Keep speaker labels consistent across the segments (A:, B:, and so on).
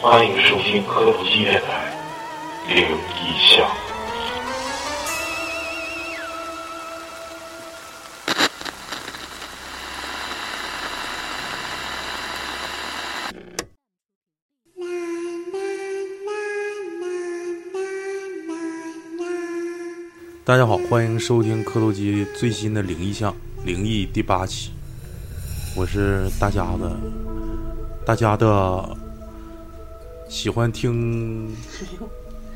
A: 欢迎收听科普系电台《灵异巷》。
B: 大家好，欢迎收听磕头机最新的灵异项灵异第八期，我是大家的大家的喜欢 听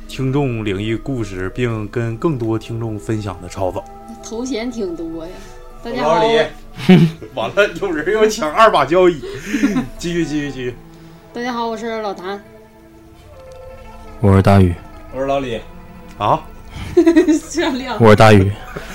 B: 听众灵异故事，并跟更多听众分享的超子。
C: 头衔挺多呀。大家
B: 老
C: 好，
B: 李，完了，有人要抢二把交椅， 继续继续继续。
C: 大家好，我是老谭。
D: 我是大宇，
E: 我是老李，
B: 啊，
C: 这样亮，
D: 我是大宇，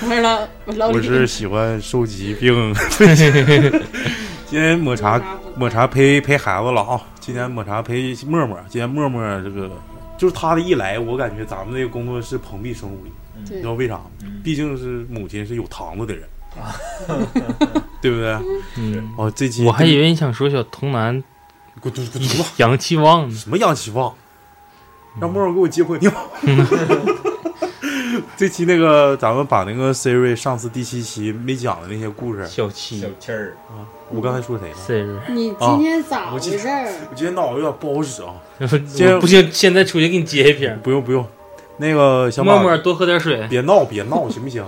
C: 我是老我是老李
B: 我是喜欢收集并分享。 今天抹茶抹茶陪陪孩子了啊！今天抹茶陪默默，今天默默这个就是他的一来，我感觉咱们这个工作室蓬荜生辉，你
C: 对
B: 知道为啥吗？毕竟是母亲是有堂子的人，对不对？
D: 嗯，
B: 哦，这期
D: 我还以为你想说小童男
B: 滚犊子滚犊子，
D: 阳气旺呢，
B: 什么杨启旺，让默默给我接破尿。 这期那个，咱们把那个 Siri 上次第七期没讲的那些故事，
D: 小
E: 小
D: 气
E: 气儿，
B: 啊，我刚才说谁了？
D: Siri，
C: 你今天咋
B: 我
C: 回
B: 记
C: 事儿？
B: 啊我今天脑子有点不好使啊，
D: 我 不行，现在出去给你接一瓶。
B: 不用不用，那个小马
D: 默默多喝点水，
B: 别闹别 闹，行不行？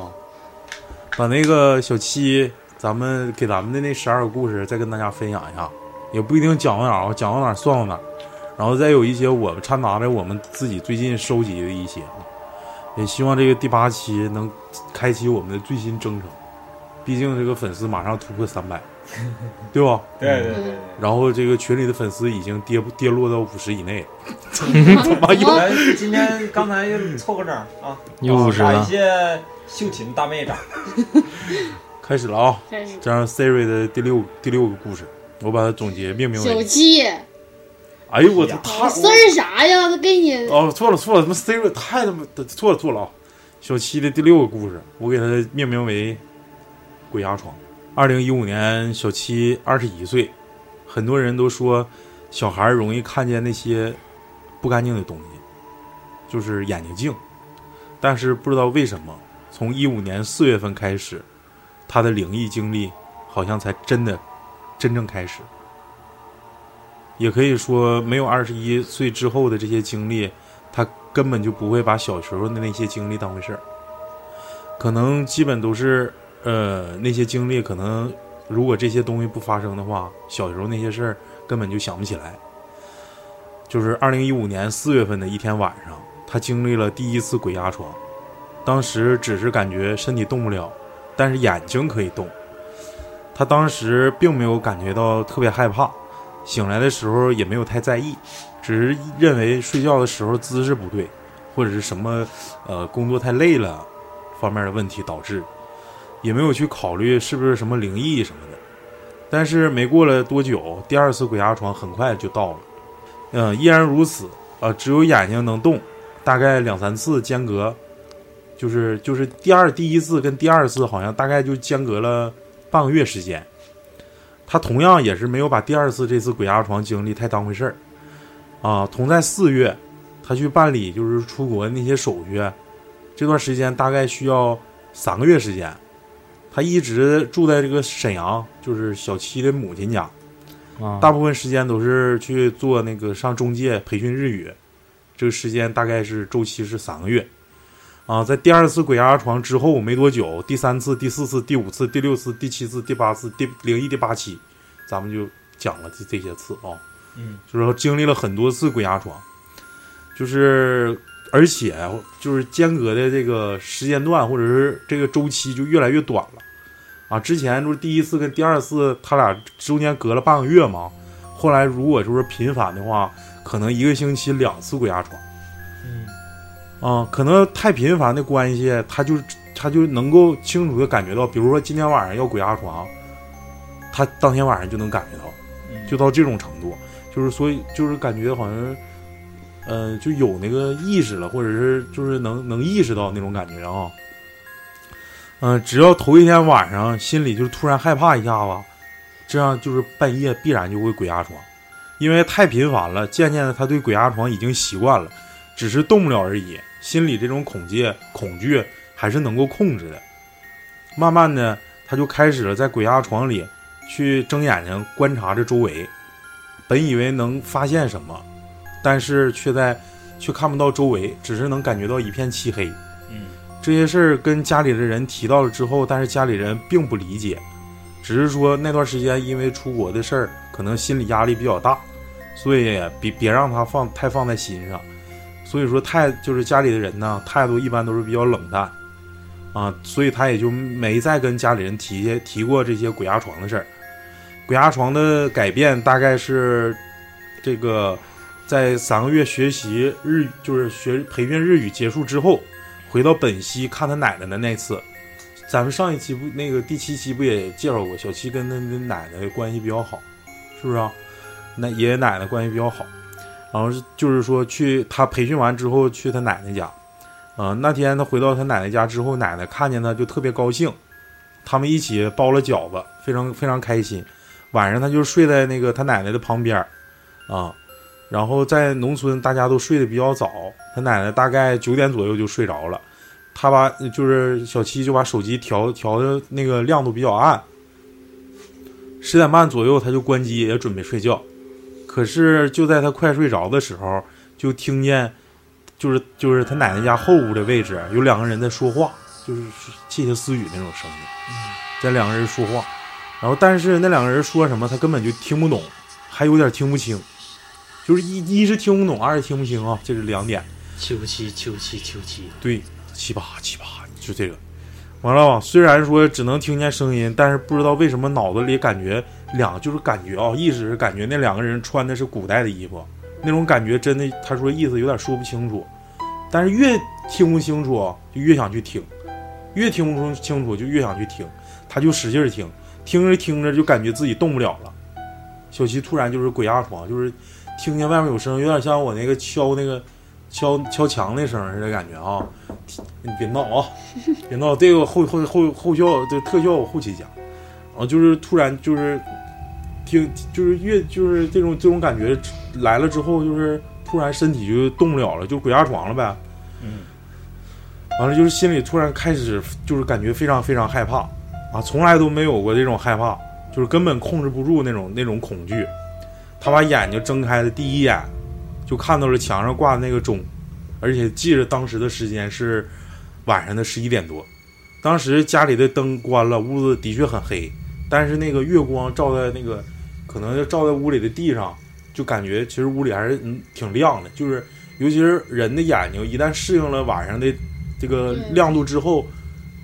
B: 把那个小七，咱们给咱们的那十二个故事再跟大家分享一下，也不一定讲到哪儿啊，讲到哪儿算到哪儿。然后再有一些我们掺杂着我们自己最近收集的一些啊，也希望这个第八期能开启我们的最新征程，毕竟这个粉丝马上突破三百，对吧？
E: 对对对对，
C: 嗯
B: 然后这个群里的粉丝已经跌跌落到五十以内了，
C: 啊
E: 我们今天刚才又凑个整儿啊，
D: 又五十
E: 打一
D: 了，
E: 些秀琴大妹掌，
B: 开始了啊！
C: 开始
B: 这样 Siri 的第六第六个故事，我把它总结命名
C: 小
B: 为……
C: 气，
B: 哎呦我操！
C: 好事儿啥呀？都给你
B: 哦，错了错了，他妈 Siri 太他妈错了错了啊！小七的第六个故事，我给它命名为《鬼压床》。二零一五年，小七二十一岁，很多人都说小孩儿容易看见那些不干净的东西，就是眼睛净。但是不知道为什么，从一五年四月份开始，他的灵异经历好像才真的真正开始。也可以说，没有二十一岁之后的这些经历，他根本就不会把小时候的那些经历当回事儿。可能基本都是，呃，那些经历，可能如果这些东西不发生的话，小时候那些事儿根本就想不起来。就是二零一五年四月份的一天晚上，他经历了第一次鬼压床，当时只是感觉身体动不了，但是眼睛可以动。他当时并没有感觉到特别害怕，醒来的时候也没有太在意，只是认为睡觉的时候姿势不对，或者是什么呃工作太累了方面的问题导致，也没有去考虑是不是什么灵异什么的。但是没过了多久，第二次鬼压床很快就到了，嗯、依然如此啊、呃只有眼睛能动，大概两三次间隔，就是就是第二第一次跟第二次好像大概就间隔了半个月时间。他同样也是没有把第二次这次鬼压床经历太当回事儿，啊，同在四月，他去办理就是出国那些手续，这段时间大概需要三个月时间。他一直住在这个沈阳，就是小七的母亲家，
D: 啊，
B: 大部分时间都是去做那个上中介培训日语，这个时间大概是周期是三个月。啊，在第二次鬼压床之后没多久，第三次、第四次、第五次、第六次、第七次、第八次、第灵异第八期，咱们就讲了这这些次啊。
E: 嗯，
B: 就是说经历了很多次鬼压床，就是而且就是间隔的这个时间段或者是这个周期就越来越短了啊。之前就是第一次跟第二次，他俩中间隔了半个月嘛。后来如果就是频繁的话，可能一个星期两次鬼压床。
E: 嗯，
B: 啊，可能太频繁的关系，他就他就能够清楚的感觉到，比如说今天晚上要鬼压床，他当天晚上就能感觉到。
E: 嗯
B: 就到这种程度，就是所以就是感觉好像，呃，就有那个意识了，或者是就是能能意识到那种感觉啊。嗯、只要头一天晚上心里就是突然害怕一下子，这样就是半夜必然就会鬼压床，因为太频繁了，渐渐的他对鬼压床已经习惯了，只是动不了而已，心里这种恐惧恐惧还是能够控制的。慢慢的，他就开始了在鬼压床里去睁眼睛观察着周围，本以为能发现什么，但是却在却看不到周围，只是能感觉到一片漆黑。
E: 嗯，
B: 这些事儿跟家里的人提到了之后，但是家里人并不理解，只是说那段时间因为出国的事儿，可能心理压力比较大，所以也别别让他放太放在心上。所以说态就是家里的人呢，态度一般都是比较冷淡，啊，所以他也就没再跟家里人提提过这些鬼压床的事儿。鬼压床的改变大概是这个，在三个月学习日语就是学培训日语结束之后，回到本溪看他奶奶的那次，咱们上一期不那个第七期不也介绍过，小七跟他的奶奶关系比较好，是不是啊？那爷爷奶奶关系比较好，然后是就是说去他培训完之后去他奶奶家，啊、那天他回到他奶奶家之后，奶奶看见他就特别高兴，他们一起包了饺子，非常非常开心。晚上他就睡在那个他奶奶的旁边儿，啊，然后在农村大家都睡得比较早，他奶奶大概九点左右就睡着了。他把就是小七就把手机调调的那个亮度比较暗，十点半左右他就关机，也准备睡觉。可是就在他快睡着的时候，就听见就是就是他奶奶家后屋的位置有两个人在说话，就是窃窃私语那种声音，在两个人说话。然后但是那两个人说什么他根本就听不懂，还有点听不清，就是一一是听不懂，二是听不清啊，这是两点。
D: 秋七秋七秋七，
B: 对，七八七八，就这个。完了，虽然说只能听见声音，但是不知道为什么脑子里感觉两就是感觉啊，意识是感觉那两个人穿的是古代的衣服，那种感觉真的，他说意思有点说不清楚，但是越听不清楚就越想去听，越听不清楚就越想去听，他就使劲儿听，听着听着就感觉自己动不了了。小七突然就是鬼压床，就是听见外面有声，有点像我那个敲那个敲敲墙那声似的感觉啊。你别闹啊， 别闹，这个后后后后效这特效我后期讲。然后就是突然就是听就是越就是这种这种感觉来了之后，就是突然身体就动不了了，就鬼压床了呗。
E: 嗯，
B: 完了就是心里突然开始就是感觉非常非常害怕啊，从来都没有过这种害怕，就是根本控制不住那种那种恐惧。他把眼睛睁开的第一眼，就看到了墙上挂的那个钟，而且记着当时的时间是晚上的十一点多，当时家里的灯关了，屋子的确很黑，但是那个月光照在那个，可能就照在屋里的地上，就感觉其实屋里还是嗯挺亮的，就是尤其是人的眼睛一旦适应了晚上的这个
C: 对
B: 亮度之后，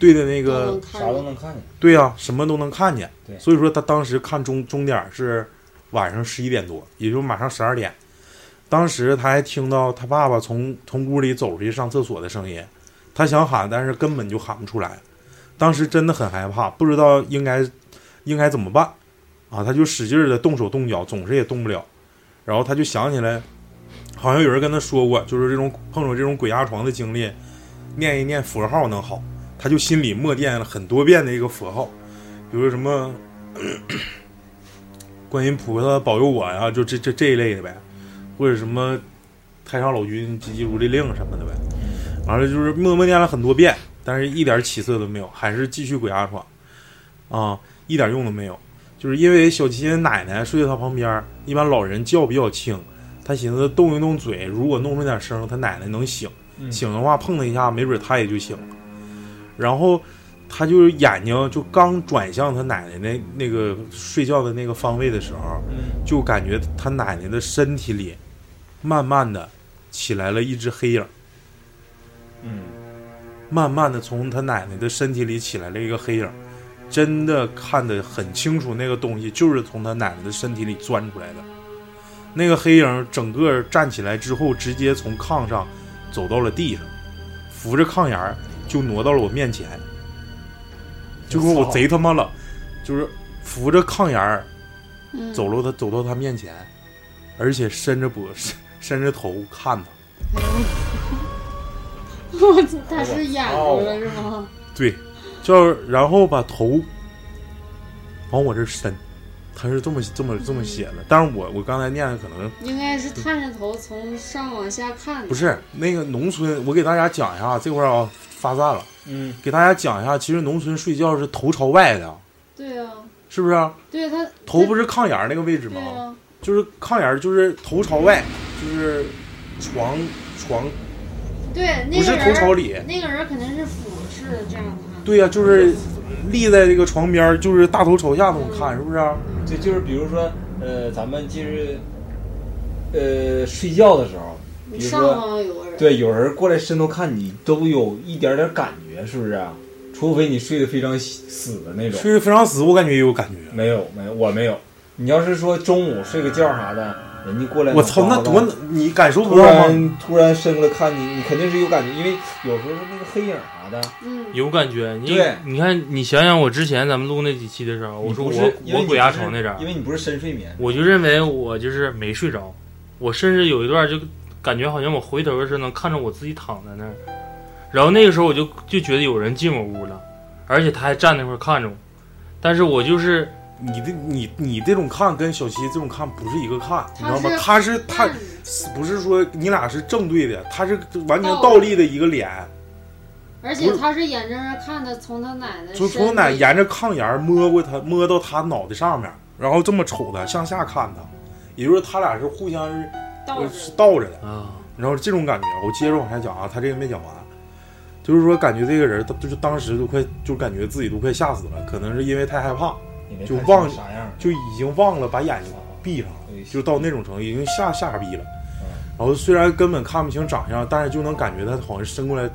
B: 对的那
C: 这
B: 个
E: 啥都能看见。
B: 对呀、什么都能看见。
E: 对
B: 所以说他当时看钟钟点儿是晚上十一点多，也就是马上十二点。当时他还听到他爸爸从从屋里走出去上厕所的声音，他想喊，但是根本就喊不出来。当时真的很害怕，不知道应该应该怎么办啊！他就使劲的动手动脚，总是也动不了。然后他就想起来，好像有人跟他说过，就是这种碰着这种鬼压床的经历，念一念佛号能好。他就心里默念了很多遍的一个佛号，比如什么 咳咳观音菩萨保佑我呀，就这这这一类的呗，或者什么太上老君急急如律令什么的呗。完了就是默默念了很多遍，但是一点起色都没有，还是继续鬼压床，啊，一点用都没有。就是因为小七的奶奶睡在他旁边儿，一般老人叫比较轻，他寻思动一动嘴，如果弄出点声儿，他奶奶能醒。
E: 嗯
B: 醒的话碰他一下，没准他也就醒了。然后他就是眼睛就刚转向他奶奶那那个睡觉的那个方位的时候，
E: 嗯，
B: 就感觉他奶奶的身体里慢慢的起来了一只黑影，
E: 嗯，
B: 慢慢的从他奶奶的身体里起来了一个黑影，真的看得很清楚，那个东西就是从他奶奶的身体里钻出来的。那个黑影整个站起来之后，直接从炕上走到了地上，扶着炕沿儿就挪到了我面前，就跟我贼他妈冷，就是扶着炕沿儿
C: 嗯，
B: 走了他走到他面前，而且伸着脖伸伸着头看他。
C: 我操，他是演着
B: 哦
C: 了是吗？
B: 对，就是然后把头往我这儿伸，他是这么这么这么写的。但是我我刚才念的可能
C: 应该是探着头从上往下看的。
B: 不是那个农村，我给大家讲一下，这块儿啊发散了，
E: 嗯
B: 给大家讲一下，其实农村睡觉是头朝外的，
C: 对啊，
B: 是不是啊？
C: 对他
B: 头不是炕沿儿那个位置
C: 对
B: 吗？
C: 啊，
B: 就是炕沿儿就是头朝外，就是床床
C: 对啊那
B: 不是
C: 个
B: 头
C: 人
B: 朝
C: 儿，
B: 里，
C: 那个人儿肯定是俯视的这样看。
B: 对呀、就是立在这个床边儿，就是大头朝下那么看，是不是啊、
E: 嗯这就是比如说，呃，咱们就是，呃，睡觉的时候，比
C: 你
E: 如
C: 上
E: 说，
C: 方有个人，
E: 对，有人过来伸头看你，都有一点点感觉，是不是啊？除非你睡得非常死的那种。
B: 睡得非常死，我感觉也有感觉。
E: 没有，没有，我没有。你要是说中午睡个觉啥的，人家过来，
B: 我操，那多
E: 呱呱
B: 你感受不
E: 突
B: 到吗？
E: 然突然伸过来看你，你肯定是有感觉，因为有时候是那个黑影啥的，
C: 嗯，
D: 有感觉。你
E: 对
D: 你看，你想想我之前咱们录那几期的时候，我
E: 你
D: 说
E: 不是
D: 我
E: 因为
D: 我
E: 你
D: 鬼压
E: 不是
D: 床那阵儿
E: 因，为你不是深睡眠，
D: 我就认为我就是没睡着，我甚至有一段就感觉好像我回头的时候能看着我自己躺在那儿，然后那个时候我就就觉得有人进我屋了，而且他还站那块儿看着我，但是我就是
B: 你的你你这种看跟小七这种看不是一个看，你知道吗？他
C: 他
B: 是他
C: 看着
B: 不是说你俩是正对的，他是完全
C: 倒
B: 倒立的一个脸，
C: 而
B: 不
C: 且
B: 是
C: 他是眼睁睁看他从他奶奶
B: 就
C: 身
B: 从哪
C: 体
B: 沿着炕沿儿摸过他，摸到他脑袋上面，然后这么瞅他，向下看他，也就是他俩是互相是
C: 倒着
B: 是倒着的。
D: 啊，
B: 然后这种感觉，我接着往下讲啊，他这个没讲完，就是说感觉这个人他就是当时都快就感觉自己都快吓死了，可能是因为太害怕，
E: 也没
B: 就
E: 看
B: 忘
E: 成啥样儿。
B: 就已经忘了把眼睛闭上了，就到那种程度，已经吓吓逼了。然后虽然根本看不清长相，但是就能感觉他好像伸过来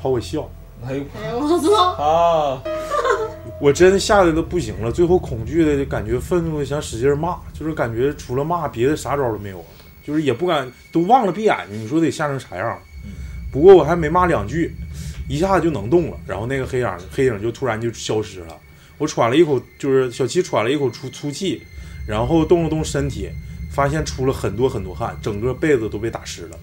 B: 朝我笑，
E: 哎呦
C: 哎呦我操！
E: 啊！
B: 我真的吓得都不行了，最后恐惧的就感觉愤怒的想使劲骂，就是感觉除了骂别的啥招都没有了，就是也不敢都忘了闭眼睛，你说得吓成啥样？不过我还没骂两句，一下就能动了，然后那个黑影黑影就突然就消失了，我喘了一口，就是小七喘了一口粗粗气，然后动了动身体，发现出了很多很多汗，整个被子都被打湿了，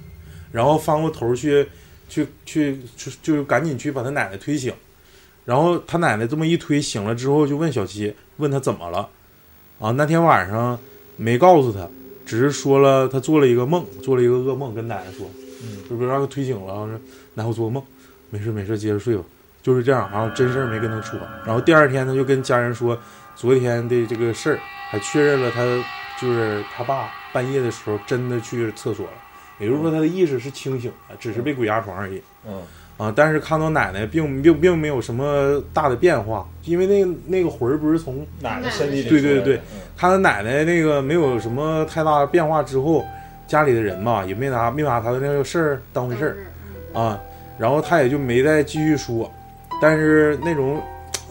B: 然后翻过头去去去去就赶紧去把他奶奶推醒。然后他奶奶这么一推醒了之后，就问小七，问他怎么了，啊，那天晚上没告诉他，只是说了他做了一个梦，做了一个噩梦，跟奶奶说，
E: 嗯
B: 就是让他推醒了，然后奶我做个梦，没事没事，接着睡吧，就是这样，然后真事儿没跟他说，然后第二天他就跟家人说昨天的这个事儿，还确认了他就是他爸半夜的时候真的去厕所了，也就是说他的意识是清醒的，只是被鬼压床而已。
E: 嗯
B: 啊，但是看到奶奶并并并没有什么大的变化，因为那个那个魂儿不是从
E: 奶奶身体里
B: 对
E: 出来
B: 对
E: 的
B: 对，看到奶奶那个没有什么太大变化之后，家里的人嘛也没拿没把他的那个事儿 当回事儿啊，然后他也就没再继续说，但是那种。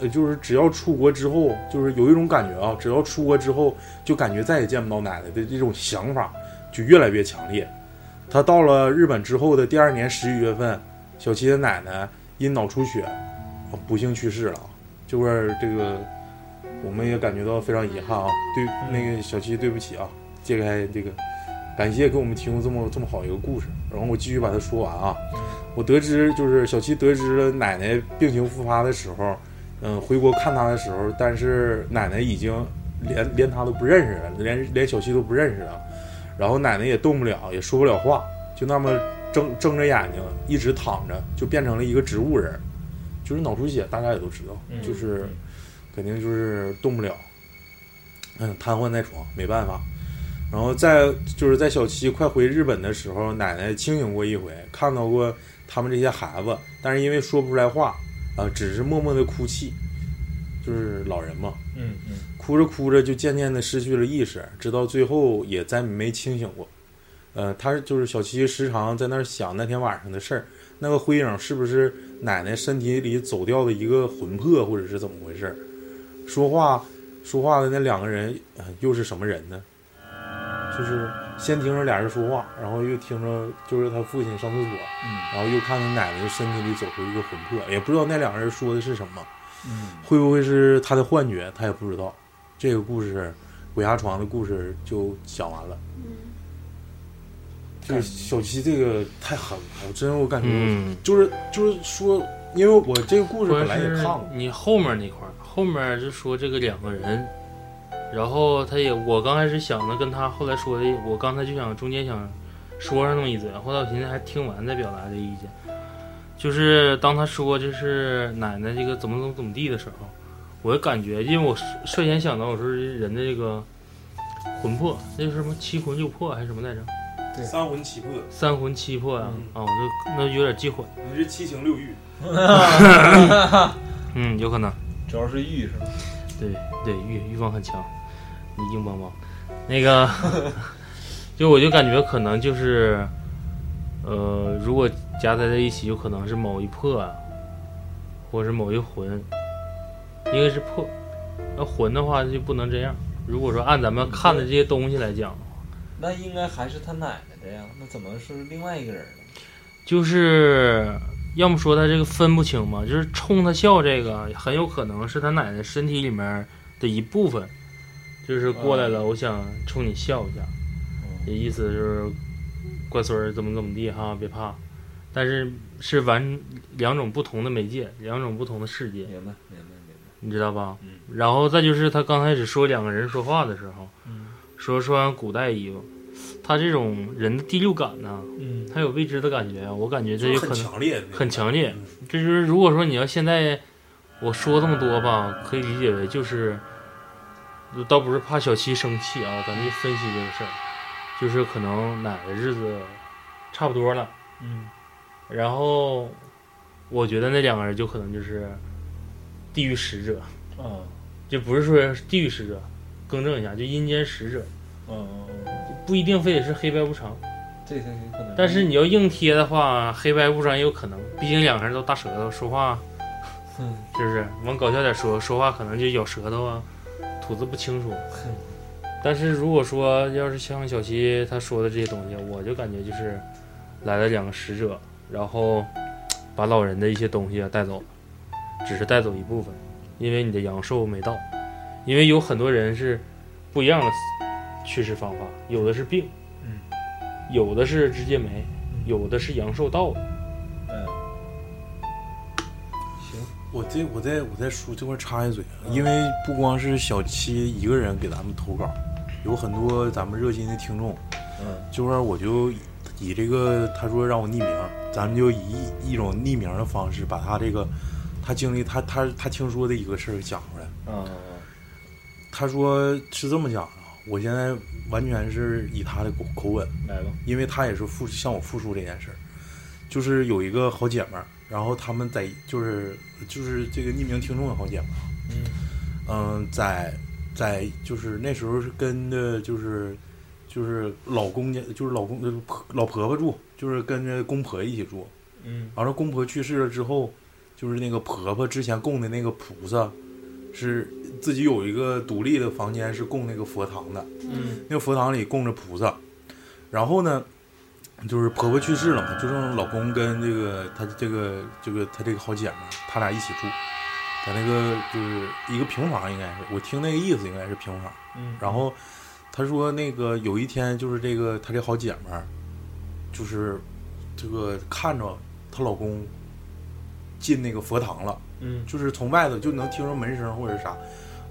B: 呃就是只要出国之后，就是有一种感觉啊，只要出国之后，就感觉再也见不到奶奶的这种想法就越来越强烈。他到了日本之后的第二年十一月份，小七的奶奶因脑出血呃不幸去世了，就是这个我们也感觉到非常遗憾啊。对，那个小七，对不起啊，揭开这个，感谢给我们提供这么这么好一个故事。然后我继续把它说完啊。我得知就是小七得知了奶奶病情复发的时候，嗯，回国看她的时候，但是奶奶已经连连她都不认识了，连连小七都不认识了。然后奶奶也动不了，也说不了话，就那么睁睁着眼睛一直躺着，就变成了一个植物人，就是脑出血，大家也都知道，
E: 嗯
B: 就是肯定就是动不了，嗯，瘫痪在床，没办法。然后在就是在小七快回日本的时候，奶奶清醒过一回，看到过他们这些孩子，但是因为说不出来话，啊、只是默默的哭泣，就是老人嘛，
E: 嗯嗯
B: 哭着哭着就渐渐的失去了意识，直到最后也再没清醒过。呃，他就是小七时常在那儿想那天晚上的事儿，那个灰影是不是奶奶身体里走掉的一个魂魄，或者是怎么回事儿？说话说话的那两个人、呃又是什么人呢？就是先听着俩人说话，然后又听着就是他父亲上厕所，
E: 嗯
B: 然后又看他奶奶身体里走出一个魂魄，也不知道那两个人说的是什么。
E: 嗯
B: 会不会是他的幻觉？他也不知道。这个故事，鬼压床的故事就讲完了。
C: 嗯
B: 就是小七这个太狠了，我真我感觉、
D: 嗯。
B: 就是就是说，因为我这个故事本
D: 关键
B: 来也
D: 是
B: 看过，
D: 你后面那块儿，后面就说这个两个人然后他也，我刚开始想的跟他后来说的，我刚才就想中间想说上那么一嘴，后来我寻思还听完再表达这意见。就是当他说就是奶奶这个怎么怎么怎么地的时候，我就感觉，因为我率先想到我说人的这个魂魄，那是什么七魂六魄还是什么来着？
B: 三魂七魄，
D: 三魂七魄呀、
B: 嗯
D: 啊，我就那有点忌讳，
B: 你是七情六欲，
D: 嗯，有可能。
E: 主要是玉是吧？
D: 对对，欲欲望很强，你硬邦邦。那个， 就我就感觉可能就是，呃，如果夹杂在一起，有可能是某一魄啊，或者是某一魂，一个是魄，那魂的话就不能这样。如果说按咱们看的这些东西来讲，
E: 那应该还是他奶奶的呀，那怎么是另外一个人呢？
D: 就是要么说他这个分不清嘛，就是冲他笑这个，很有可能是他奶奶身体里面的一部分，就是过来了，我想冲你笑一下，这意思就是乖孙儿怎么怎么地哈，别怕。但是是完两种不同的媒介，两种不同的世界，
E: 明白，明白，明白。
D: 你知道吧？
E: 嗯
D: 然后再就是他刚开始说两个人说话的时候，说穿古代衣服，他这种人的第六感呢，
E: 嗯，
D: 他有未知的感觉，我感觉这有可
B: 很
D: 能
B: 强烈的那种，
D: 很强烈
B: 嗯。
D: 这就是如果说你要现在我说这么多吧，可以理解为就是，倒不是怕小七生气啊，咱们就分析这个事儿，就是可能奶奶日子差不多了，
E: 嗯，
D: 然后我觉得那两个人就可能就是地狱使者，
E: 啊，
D: 就不是说地狱使者，更正一下，就阴间使者，
E: 嗯嗯嗯，
D: 不一定非得是黑白无常。
E: 这这这可能。
D: 但是你要硬贴的话，黑白无常也有可能，毕竟两个人都大舌头，说话
E: 嗯，
D: 是不是？往搞笑点说，说话可能就咬舌头啊，吐字不清楚。但是如果说要是像小七他说的这些东西，我就感觉就是来了两个使者，然后把老人的一些东西啊带走了，只是带走一部分，因为你的阳寿没到，因为有很多人是不一样的去世方法，有的是病，
E: 嗯，
D: 有的是直接没，有的是阳寿到了。
E: 嗯，
B: 我这我在我在书这块插一嘴，啊，因为不光是小七一个人给咱们投稿，有很多咱们热心的听众，
E: 嗯，
B: 这块儿我就以以这个他说让我匿名，咱们就以一一种匿名的方式把他这个他经历他他他听说的一个事儿讲出来。
E: 啊，
B: 他说是这么讲的啊，我现在完全是以他的口口吻，
E: 来吧，
B: 因为他也是复向我复述这件事儿，就是有一个好姐们儿，然后他们在就是就是这个匿名听众的好姐们儿啊，
E: 嗯
B: 嗯，在在就是那时候是跟着就是就是老公家就是老公呃婆老婆婆住，就是跟着公婆一起住，
E: 嗯
B: 完了公婆去世了之后，就是那个婆婆之前供的那个菩萨，是自己有一个独立的房间是供那个佛堂的，
E: 嗯
B: 那个佛堂里供着菩萨，然后呢，就是婆婆去世了嘛，就剩老公跟这个她这个这个她这个好姐们儿，她俩一起住，在那个就是一个平房，应该是我听那个意思应该是平房。
E: 嗯，
B: 然后她说那个有一天就是这个她这好姐们儿，就是这个看着她老公进那个佛堂了。
E: 嗯
B: 就是从外头就能听着门声或者啥，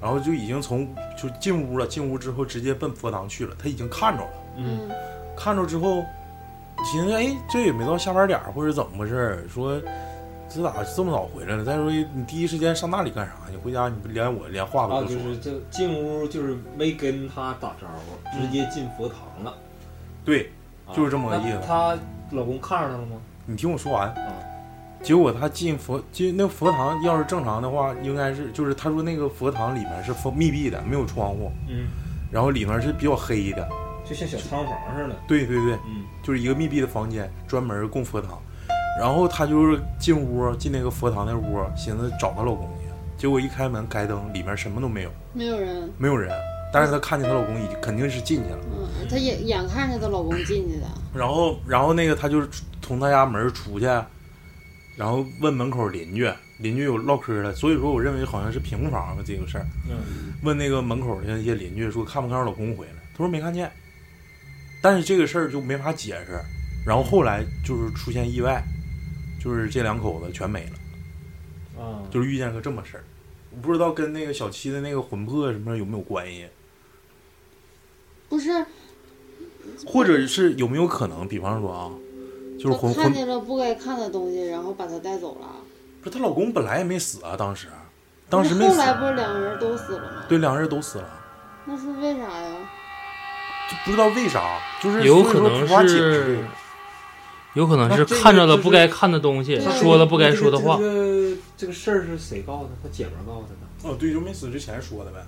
B: 然后就已经从就进屋了，进屋之后直接奔佛堂去了，他已经看着了，
E: 嗯
B: 看着之后，寻思哎，这也没到下班点儿或者怎么回事儿，说这咋这么早回来了？再说你第一时间上那里干啥？你回家你不连我连话
E: 啊，
B: 都不
E: 就
B: 说，
E: 是这进屋就是没跟他打招呼，直接进佛堂了，
B: 对嗯
E: 啊
B: 就是这么个意思
E: 那她老公看着她了吗？
B: 你听我说完。
E: 啊
B: 结果他进佛进那佛堂，要是正常的话，应该是就是他说那个佛堂里面是封密闭的，没有窗户，
E: 嗯，
B: 然后里面是比较黑的。
E: 就像小仓房似的，
B: 对对对，
E: 嗯
B: 就是一个密闭的房间，专门供佛堂。然后她就是进屋，进那个佛堂那屋，寻思找她老公去。结果一开门开灯，里面什么都没有，
C: 没有人。
B: 没有人。但是她看见她老公已经肯定是进去了。
C: 嗯，她眼眼看着她老公进去的，
B: 然后，然后那个她就是从她家门出去，然后问门口邻居，邻居有唠嗑的，所以说我认为好像是平房吧这个事儿。
E: 嗯
B: 问那个门口的那些邻居说看不看着老公回来，他说没看见。但是这个事儿就没法解释，然后后来就是出现意外，就是这两口子全没了，
E: 啊，
B: 嗯就是遇见个这么事儿。我不知道跟那个小七的那个魂魄什么有没有关系，
C: 不是
B: 或者是有没有可能，比方说啊，就是
C: 他
B: 魂
C: 看
B: 魂
C: 见了不该看的东西，然后把他带走了。
B: 不是她老公本来也没死啊，当时当时
C: 那
B: 没
C: 后
B: 死，啊
C: 来不是两个人都死了吗？
B: 对，两个人都死了。
C: 那是为啥呀？
B: 就不知道为啥，就是
D: 有
B: 所以
D: 可
B: 说
D: 能
B: 无法解释
D: 是
B: 这个，
D: 有可能
E: 那
D: 是
E: 这个
D: 看着了
E: 就是
D: 不该看的东西，
C: 对啊
D: 说了不该说的话
E: 这。个这个事儿是谁告诉他？他姐们儿告诉他的。
B: 哦，对，就没死之前说的呗。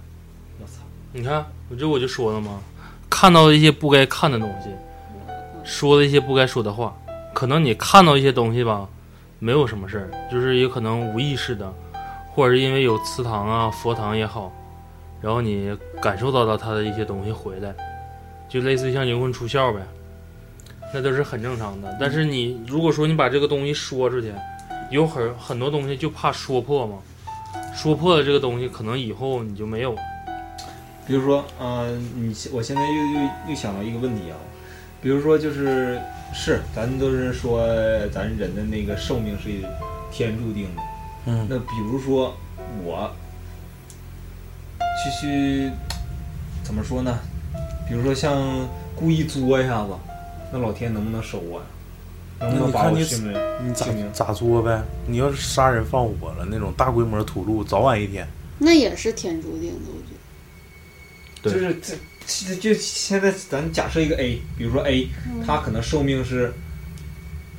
E: 我操！
D: 你看，我这我就说了嘛，看到一些不该看的东西，说了一些不该说的话。可能你看到一些东西吧，没有什么事儿，就是也可能无意识的，或者是因为有祠堂啊、佛堂也好，然后你感受到了他的一些东西回来，就类似于像灵魂出窍呗，那都是很正常的。但是你如果说你把这个东西说出去，有很很多东西就怕说破嘛，说破了这个东西，可能以后你就没有了。
E: 比如说，嗯、你现我现在又又又想到一个问题啊，比如说就是是咱都是说咱人的那个寿命是天注定的，
B: 嗯，
E: 那比如说我去去怎么说呢？比如说像故意作一下子，那老天能不能收我呀？能不
B: 那
E: 能
B: 你
E: 把
B: 看
E: 我
B: 你
E: 性命？
B: 你咋
E: 清明
B: 咋作呗？你要是杀人放火了那种大规模屠戮，早晚一天。
C: 那也是天注定的，我觉得。
D: 对
E: 就是这这就现在咱假设一个 A，比如说 A，他
C: 嗯
E: 可能寿命是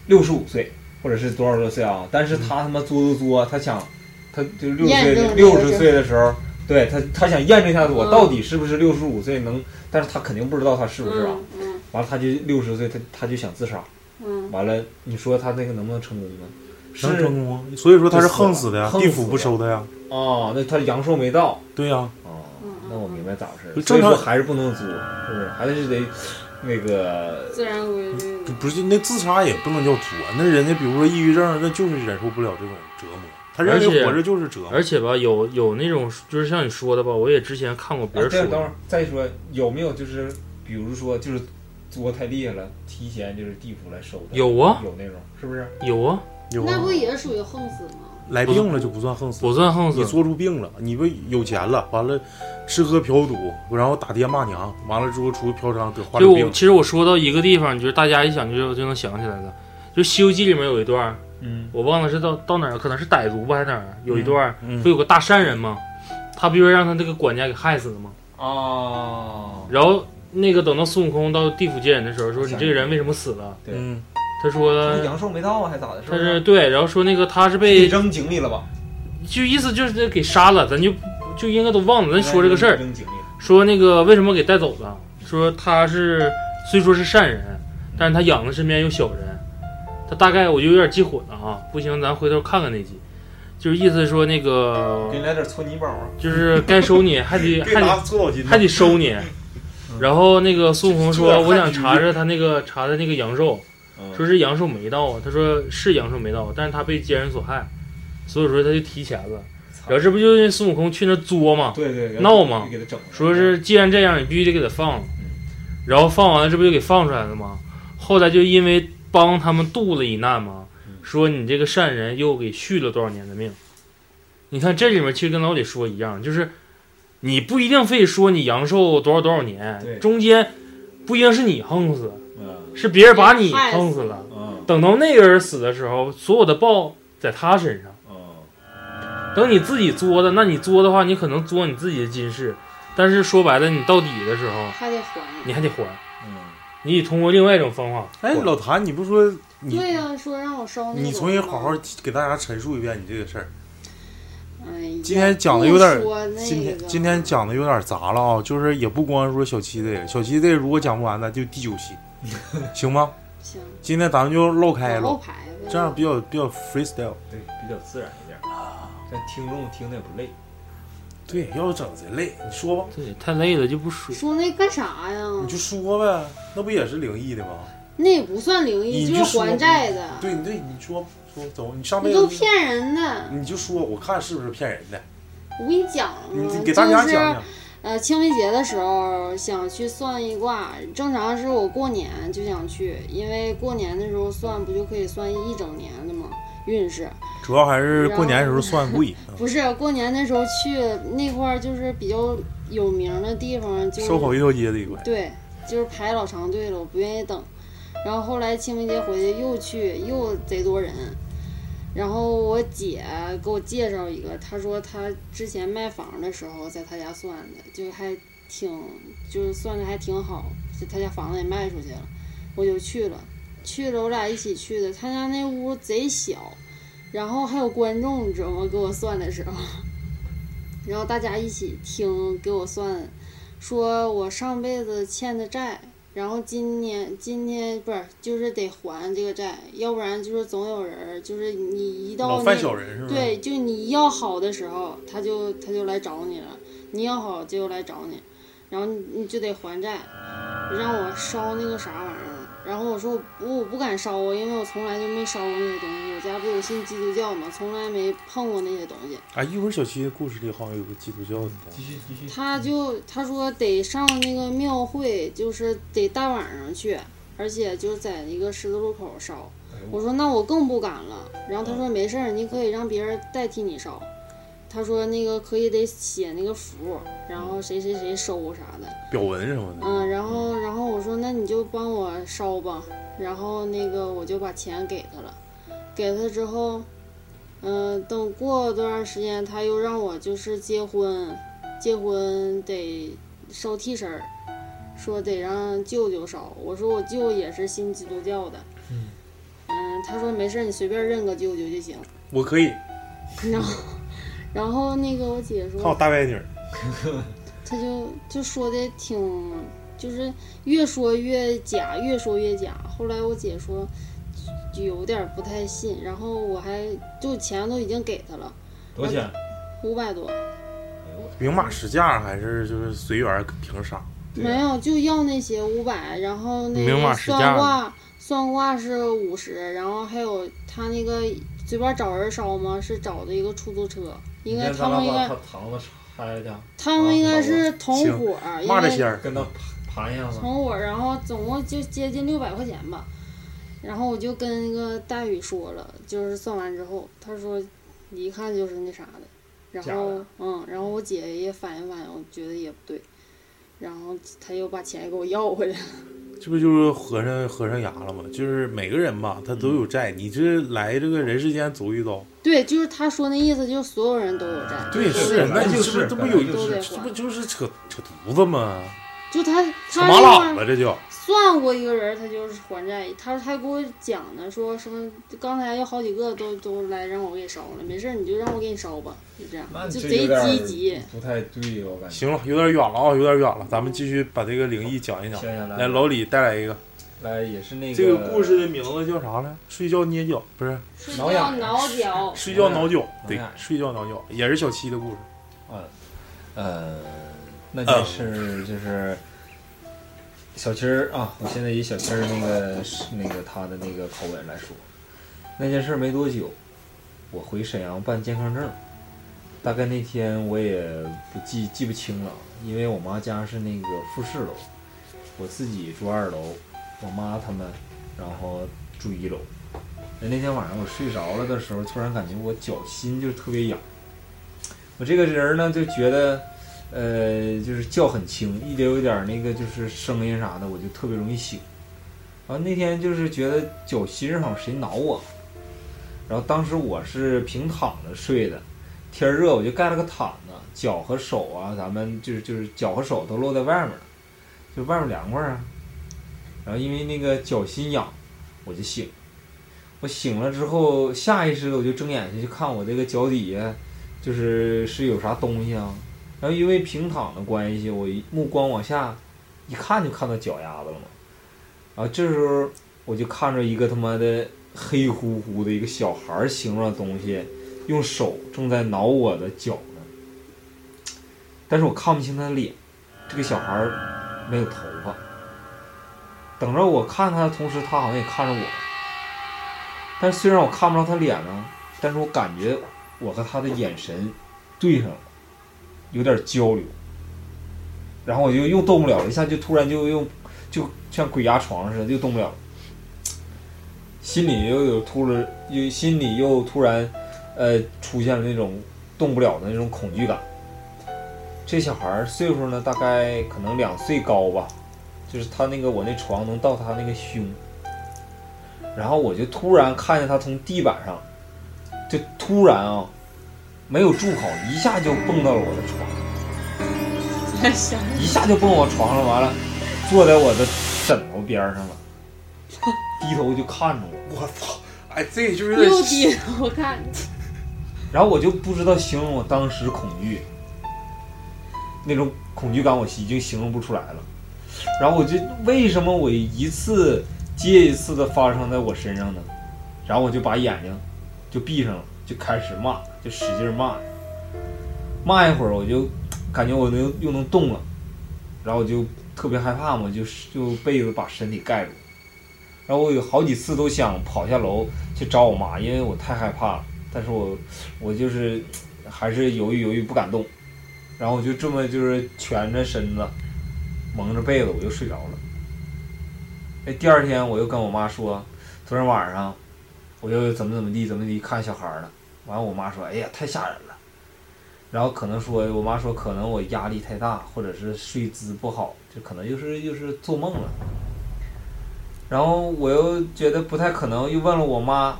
E: 六十五岁，或者是多少多少岁啊？但
B: 嗯
E: 是他他妈作作作，他想他就六十
C: 验
E: 岁
C: 证
E: 的
C: 这
E: 六
C: 个
E: 十
C: 是
E: 岁的时候，对他他想验证一下我
C: 嗯
E: 到底是不是六十五岁能，但是他肯定不知道他是不是啊。
C: 嗯嗯
E: 完了他就六十岁，他他就想自杀。
C: 嗯，
E: 完了，你说他那个能不能成功呢？是
B: 能成功啊？所以说他是横死的呀，
E: 横死
B: 地
E: 的
B: 府不收他呀。
E: 哦，那他阳寿没到。
B: 对呀、
E: 哦
C: 嗯，
E: 那我明白咋回事
B: 就
E: 了。所
B: 正
E: 以说
B: 常
E: 还是不能租，是不是？还是得那个
C: 自然规律
B: 不。不是那自杀也不能叫作，那人家比如说抑郁症，那就是忍受不了这种折磨，他认
D: 而且
B: 为活着就是折磨。
D: 而且吧，有有那种就是像你说的吧，我也之前看过别
E: 哎
B: 啊
D: 人
E: 对，
D: 说
E: 等会儿
D: 的，
E: 再说有没有就是，比如说就是作太厉害了，提前就是地府来收的，
D: 有啊
E: 有那种是不是？
D: 有啊，
B: 有啊
C: 那不也属于横死吗？
B: 来病了就不算横死，
D: 不算横
B: 你
D: 死，
B: 做出病了，你不有钱了，完了吃喝嫖赌，然后打爹骂娘，完了之后出去嫖娼得患
D: 就
B: 了
D: 我
B: 病
D: 其。实我说到一个地方，就是大家一想就就能想起来的，就《西游记》里面有一段儿，
E: 嗯，
D: 我忘了是到到哪儿，可能是傣族吧还是哪儿，有一段儿
B: 嗯
D: 不有个大善人吗？他不就是让他那个管家给害死了吗？
E: 啊，
D: 然后那个等到孙悟空到地府接人的时候，说你这个人为什么死了？
E: 对
B: 嗯，
D: 他说
E: 那阳寿没到啊，还咋的？
D: 他
E: 不
D: 是对，然后说那个他是被
E: 扔井里了吧？
D: 就意思就是给杀了，咱就就应该都忘了，咱说这个事儿。
E: 扔井里了，
D: 说那个为什么给带走了？说他是虽说是善人，但是他养的身边有小人，他大概我就有点记混了啊。不行，咱回头看看那集，就是意思说那个
E: 给你来点搓泥宝啊，
D: 就是该收你还得还得
B: 搓澡巾
D: 还得收你。然后那个孙悟空
E: 这
D: 说：“
E: 嗯这
D: 我想查查他那个查他那个阳寿，
E: 嗯
D: 说是阳寿没到啊。”他说是阳寿没到，但是他被奸人所害，所以说他就提前了。
E: 操
D: 然后这不就是孙悟空去那作吗？
E: 对对，
D: 闹嘛
E: 就给他整了，
D: 说是既然这样，你必须得给他放了。然后放完了，这不就给放出来了吗？后来就因为帮他们渡了一难嘛，说你这个善人又给续了多少年的命。你看这里面其实跟老李说一样，就是你不一定非说你阳寿多少多少
E: 对
D: 年，中间不一定是你横死，
E: 嗯
D: 是别人把你横死了。
E: 嗯
D: 等到那个人死的时候，所有的报在他身上。
E: 嗯，
D: 等你自己作的，那你作的话，你可能作你自己的今世，但是说白了，你到底的时候，
C: 还得还。
D: 你还得还，
E: 嗯
D: 你得通过另外一种方法。
B: 哎，老谭，你不说你
C: 对呀、说让我烧那个。
B: 你重新好好。给大家陈述一遍你这个事儿。
C: 哎呀，
B: 今天讲的有点儿
C: 不说那个
B: 今天今天讲的有点杂了啊，就是也不光说小七这个，小七这个如果讲不完，咱就第九 期，行吗？
C: 行，
B: 今天咱们就唠开
C: 往后
B: 了，
C: 排呗。
B: 这样比较比较 freestyle。
E: 对，比较自然一点，这听众听的也不累，
B: 对，要整贼累，你说吧，
D: 对，太累了就不说。
C: 说那干啥呀？
B: 你就说呗，那不也是灵异的吗？
C: 那也不算灵异，
B: 你就
C: 就是
B: 说
C: 还债的，
B: 对，你对，你说说走，你上辈
C: 你都
B: 子
C: 骗人的。
B: 你就说，我看是不是骗人的，
C: 我跟你讲啊，
B: 你给大家讲
C: 就是
B: 讲。
C: 呃，清明节的时候想去算一卦，正常是我过年就想去，因为过年的时候算不就可以算一整年的吗？运势。
B: 主要还是过年的时候算贵，嗯
C: 不是过年那时候去那块儿，就是比较有名的地方，就是
B: 烧烤嗯一条街这一块，
C: 对，就是排老长队了，我不愿意等。然后后来清明节回去又去，又贼多人。然后我姐给我介绍一个，她说她之前卖房的时候在她家算的，就还挺，就是算的还挺好，就她家房子也卖出去了，我就去了。去了，我俩一起去的。她家那屋贼小，然后还有观众，你知道吗？给我算的时候， 然后大家一起听给我算，说我上辈子欠的债，然后今年今天不是就是得还这个债，要不然就是总有人儿就是你一到
B: 老
C: 那
B: 犯小人是吧？
C: 对，就你要好的时候，他就他就来找你了；你要好就来找你，然后你你就得还债，让我烧那个啥玩意儿。然后我说我不我不敢烧啊，因为我从来就没烧过那个东西。我家不有信基督教嘛，从来没碰过那些东西。
B: 啊，一会儿小七的故事里好像有个基督教的，
E: 继续继续。
C: 他就他说得上那个庙会，就是得大晚上去，而且就是在一个十字路口烧。我说那我更不敢了。然后他说没事儿，你可以让别人代替你烧。他说那个可以得写那个符，然后谁谁谁收啥的。
B: 表文什么的，
C: 嗯，然后然后我说那你就帮我烧吧，然后那个我就把钱给他了，给他之后，嗯、等过段时间他又让我就是结婚，结婚得烧替身儿，说得让舅舅烧，我说我舅也是信基督教的，
E: 嗯
C: 嗯他说没事儿，你随便认个舅舅就行，
B: 我可以，
C: 然后然后那个我姐说
B: 看我大白腿儿，
C: 他就就说的挺，就是越说越假，越说越假。后来我姐说，就有点不太信，然后我还就钱都已经给他了，
E: 多少钱？
C: 五百多，
B: 明码实价还是就是随缘凭啥？
E: 对
C: 没有就要那些五百，然后那
D: 明码
C: 个
D: 实价
C: 算卦算卦是五十，然后还有他那个随便找人烧吗？是找的一个出租车，应该
E: 你
C: 他
E: 看咱俩
C: 们应
E: 把
C: 该
E: 他堂子拆了
C: 他们应该是同
B: 行
C: 伙儿，因
B: 骂这
C: 为
B: 仙儿
E: 去，，跟他盘一下子。
C: 从我，然后总共就接近六百块钱吧。然后我就跟那个大宇说了，就是算完之后，他说一看就是那啥的。然
E: 假
C: 后
E: 的
C: 嗯，然后我姐也反应反应，我觉得也不对。然后他又把钱给我要回来了。
B: 这不就是和尚和尚牙了吗？就是每个人吧，他都有债，你这来这个人世间走一遭，
C: 对，就是他说那意思，就是所有人都有债。
B: 对，是
E: 是，
B: 那你
E: 就是
B: 不是这不
E: 本来
B: 有
E: 就是
B: 这不就是扯扯犊子吗？
C: 就他
B: 扯
C: 他
B: 马
C: 那
B: 喇
C: 块
B: 叭
C: 儿
B: 这就
C: 算过一个人，他就是还债。他他给我讲呢，说什么刚才有好几个都都来让我给烧了，没事儿你就让我给你烧吧，就这样
E: 那，
C: 就
E: 这
C: 贼
E: 有点
C: 积极。
E: 不太对，我感觉。
B: 行了，有点远了啊，有点远了，咱们继续把这个灵异讲一讲。
E: 行行来
B: 来，老李带来一个，
E: 来也是那个
B: 这个故事的名字叫啥来？睡觉捏脚不是
C: 睡
E: 挠
C: 觉
E: 痒
C: 挠 脚，
B: 睡觉挠脚，
E: 哎
B: 对
E: 哎，
B: 睡觉挠脚也是小七的故事。
E: 呃，那就是就是小七儿啊，我现在以小七儿那个那个他的那个口吻来说，那件事儿没多久，我回沈阳办健康证，大概那天我也不记记不清了，因为我妈家是那个复式楼，我自己住二楼，我妈他们然后住一楼。那那天晚上我睡着了的时候，突然感觉我脚心就特别痒。我这个人儿呢，就觉得，呃，就是觉很轻，一有点儿那个就是声音啥的，我就特别容易醒。然后那天就是觉得脚心儿好像谁挠我，然后当时我是平躺着睡的，天儿热我就盖了个毯子，脚和手啊，咱们就是就是脚和手都露在外面了，就外面凉快啊。然后因为那个脚心痒，我就醒。我醒了之后，下意识的我就睁眼睛去看我这个脚底下。就是是有啥东西啊。然后因为平躺的关系，我一目光往下一看就看到脚丫子了嘛。啊，这时候我就看着一个他妈的黑乎乎的一个小孩儿形状的东西，用手正在挠我的脚呢。但是我看不清他的脸，这个小孩儿没有头发。等着我看他的同时，他好像也看着我。但是虽然我看不着他脸呢，但是我感觉我和他的眼神对上了，有点交流。然后我就又动不了了，一下就突然就又就像鬼压床似的，又动不了了。心里又有突了，又心里又突然，呃，出现了那种动不了的那种恐惧感。这小孩儿岁数呢，大概可能两岁高吧，就是他那个我那床能到他那个胸，然后我就突然看见他从地板上，就突然啊，没有住好，一下就蹦到了我的床上。
C: 想
E: 一下就蹦我床上，完了，坐在我的枕头边上了，低头就看着我，
B: 我操！哎，这个就是有点
C: 又低头看，
E: 然后我就不知道形容我当时恐惧，那种恐惧感我已经形容不出来了。然后我就为什么我一次接一次的发生在我身上呢？然后我就把眼睛就闭上了，就开始骂，就使劲骂，骂一会儿我就感觉我能又能动了，然后我就特别害怕嘛，就是就被子把身体盖住。然后我有好几次都想跑下楼去找我妈，因为我太害怕了。但是我我就是还是犹豫犹豫不敢动，然后我就这么就是蜷着身子，蒙着被子我就睡着了。哎，第二天我又跟我妈说，昨天晚上我又怎么怎么地怎么地看小孩儿了。完了，我妈说，哎呀，太吓人了。然后可能说，我妈说可能我压力太大，或者是睡姿不好，就可能又是又是做梦了。然后我又觉得不太可能，又问了我妈，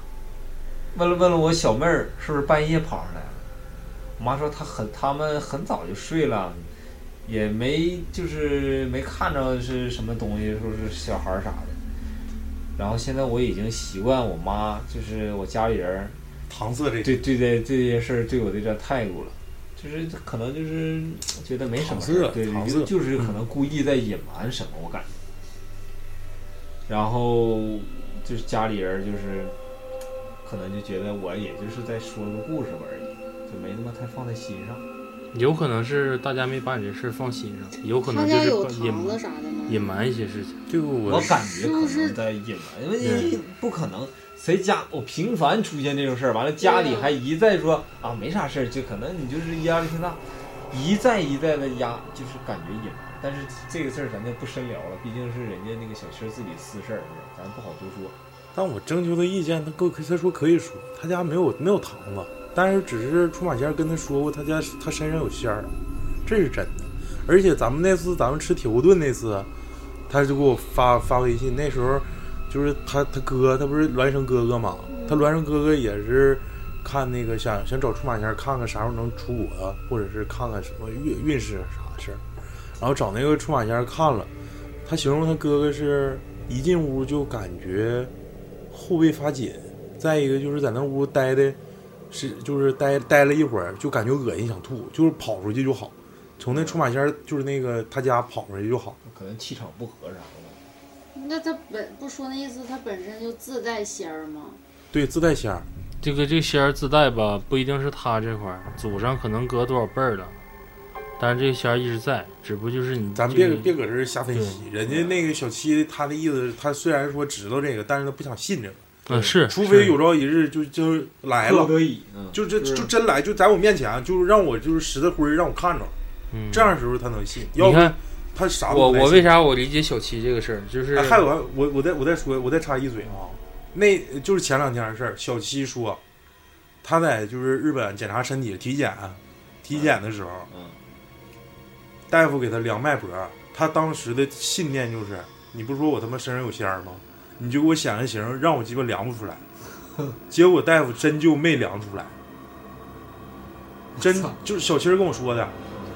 E: 问了问了我小妹儿是不是半夜跑上来了。我妈说她很，他们很早就睡了，也没就是没看着是什么东西，说是小孩儿啥的。然后现在我已经习惯我妈，就是我家里人儿
B: 搪塞这个，
E: 对对待这些事儿对我的这态度了，就是可能就是觉得没什么事儿，
B: 搪塞
E: 对
B: 搪，塞
E: 就就是可能故意在隐瞒什么，我感觉。然后就是家里人就是，可能就觉得我也就是在说个故事而已，就没那么太放在心上。
D: 有可能是大家没把你这事儿放心上，有可
C: 他
D: 能
C: 家
D: 就是
C: 有
D: 把隐
C: 堂子
D: 瞒
C: 啥的吗？
D: 隐瞒一些事情。
B: 这个
E: 我
B: 我
E: 感觉
C: 是
E: 可
C: 不是
E: 能在隐瞒，因为你不可能谁家我频繁出现这种事儿，完了家里
C: 对啊
E: 还一再说啊没啥事儿，就可能你就是压力太大，一再一再的压，就是感觉隐瞒。但是这个事儿咱就不深聊了，毕竟是人家那个小七儿自己私事儿，是吧咱不好多说。
B: 但我征求的意见，他跟我他说可以说，他家没有没有堂子，但是只是出马仙儿跟他说过，他家他身上有仙儿，这是真的。而且咱们那次咱们吃铁锅炖那次，他就给我发发微信，那时候就是他他哥，他不是孪生哥哥嘛，他孪生哥哥也是看那个想想找出马仙儿看看啥时候能出国啊，或者是看看什么运运势啥的事儿，然后找那个出马仙儿看了，他形容他哥哥是一进屋就感觉。后背发紧，再一个就是在那屋待的，是就是待待了一会儿，就感觉恶心想吐，就是跑出去就好，从那出马仙儿就是那个他家跑出去就好。
E: 可能气场不合啥的，
C: 那他本不说那意思，他本身就自带仙儿吗？
B: 对，自带仙儿，
D: 这个这仙儿自带吧，不一定是他这块儿，祖上可能隔多少辈儿了，但是这个仙儿一直在，只不过就是你
B: 咱
D: 这
B: 别
D: 个
B: 别搁这儿瞎分析。人家那个小七他的意思，他虽然说知道这个，但是他不想信这个，
D: 嗯是，
B: 除非
D: 是
B: 有朝一日就就来
E: 不
B: 了，
E: 得已，嗯，
B: 就这
E: 是
B: 就真来，就在我面前，啊就是让我就是拾他灰儿让我看着，
D: 嗯
B: 这样的时候他能信。要
D: 你
B: 不
D: 看
B: 他啥都
D: 我
B: 不带
D: 我
B: 信
D: 为啥我理解小七这个事儿，就是
B: 哎，还有啊，我我再我再说，我再插一嘴啊，那就是前两天的事儿。小七说，他在就是日本检查身体体检，体检的时候，
E: 嗯
B: 大夫给他量脉搏，他当时的信念就是，你不是说我他妈身上有仙儿吗？你就给我显个形，让我鸡巴量不出 来。结果大夫真就没量出来，真
E: 我操
B: 就是小七儿跟我说的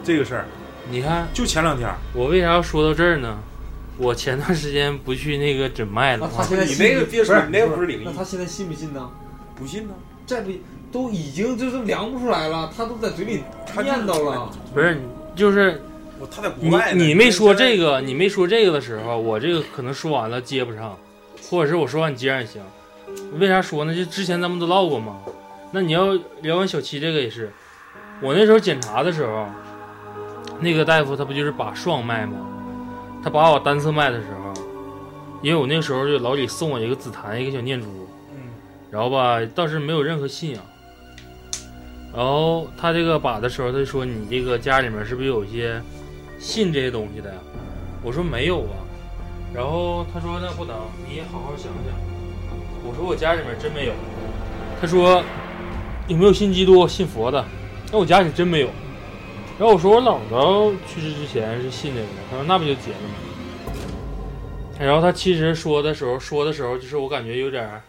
B: 这个事儿，
D: 你看
B: 就前两天。
D: 我为啥要说到这儿呢？我前段时间不去那个诊脉了
E: 那
D: 吗
E: 啊他？现在
B: 你
E: 信
B: 那个
E: 不
B: 别说
E: 是
B: 你那个不是灵异
E: 那他现在信不信呢？
B: 不信呢？
E: 再不都已经就是量不出来了，他都在嘴里
B: 他
E: 念叨了。
D: 不是，就是
B: 我他在国
D: 你
B: 外呢
D: 你没说这
B: 个，
D: 个，你没说这个的时候，我这个可能说完了接不上，或者是我说完你接上也行。为啥说呢？就之前咱们都唠过嘛。那你要聊完小七这个也是，我那时候检查的时候，那个大夫他不就是把双脉吗？他把我单侧脉的时候，因为我那时候就老李送我一个紫檀，一个小念珠，
B: 嗯
D: 然后吧，倒是没有任何信仰。然后他这个把的时候，他就说你这个家里面是不是有一些信这些东西的呀？我说没有啊。然后他说那不能，你也好好想想。我说我家里面真没有。他说有没有信基督、信佛的？那我家里真没有。然后我说我姥姥去世之前是信这个的，他说那不就结了吗？然后他其实说的时候，说的时候就是我感觉有点儿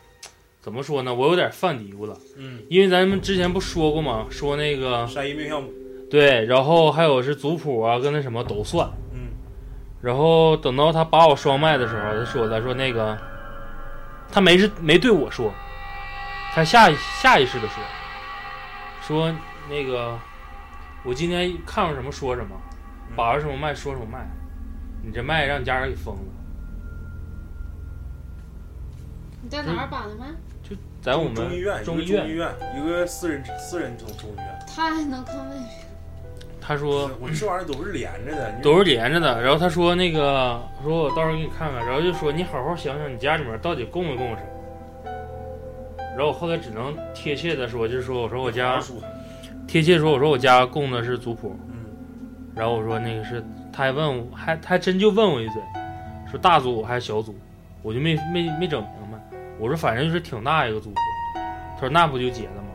D: 怎么说呢，我有点犯嘀咕了，
B: 嗯，
D: 因为咱们之前不说过吗？说那个
B: 山一命相谱，
D: 对，然后还有是族谱啊，跟那什么都算。
B: 嗯，
D: 然后等到他把我双卖的时候，他说：“他说那个，他没是没对我说，他下意下意识的说，说那个我今天看上什么说什么，
B: 嗯
D: 把着什么卖说什么卖，你这卖让你家人给封了。
C: 你在哪儿把的脉？
D: 在我们
B: 中医院，
D: 中
B: 一
D: 医
B: 个中医
D: 院，
B: 院，一个私人私人中中医院，
C: 他还能看问
D: 他说
B: 我这玩意儿都是连着的，你
D: 都是连着的。然后他说那个，我说我到时候给你看看。然后就说你好好想想，你家里面到底供没供什么。然后我后来只能贴切的说，就是说我说我家
B: 书，
D: 贴切说我说我家供的是族谱，
B: 嗯，
D: 然后我说那个是，他还问我，还他还真就问我一嘴，说大族还是小族，我就没没没整明白。我说反正就是挺大一个族谱，他说那不就结了吗？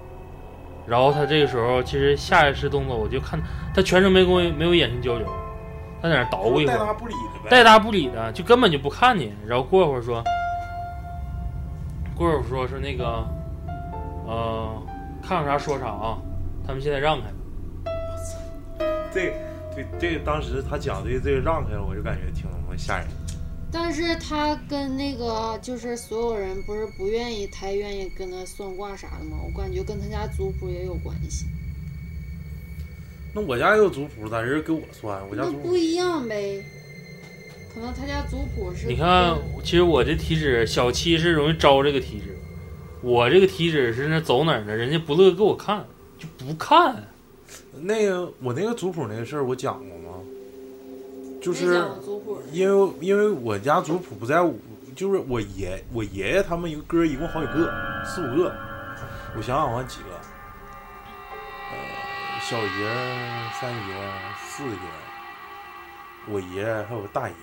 D: 然后他这个时候其实下意识动作，我就看他全程没跟我没有眼神交流，他在那儿捣鼓一会
B: 带
D: 儿，
B: 他不理他呗，
D: 带搭不理的，就根本就不看你。然后过会儿说，过会儿说是那个，呃，看有啥说啥啊，他们现在让开。
B: 这对这个当时他讲这个这个让开了，我就感觉挺他妈吓人，
C: 但是他跟那个就是所有人不是不愿意太愿意跟他算卦啥的吗？我感觉跟他家族谱也有关系，
B: 那我家也有族谱，但是给我算，我家
C: 那
B: 族
C: 不
B: 谱
C: 一样呗。可能他家族谱是
D: 你看，其实我这体质，小七是容易招这个体质，我这个体质是那走哪儿呢？人家不乐意给我看，就不看。
B: 那个我那个族谱那个事儿我讲过吗？就
C: 没
B: 是
C: 讲族谱，
B: 因为因为我家族谱不在我，就是我爷我爷爷他们一个哥儿一共好几个，四五个，我想想完几个，呃，小爷儿、三爷儿、四爷儿，我爷爷还有个大爷，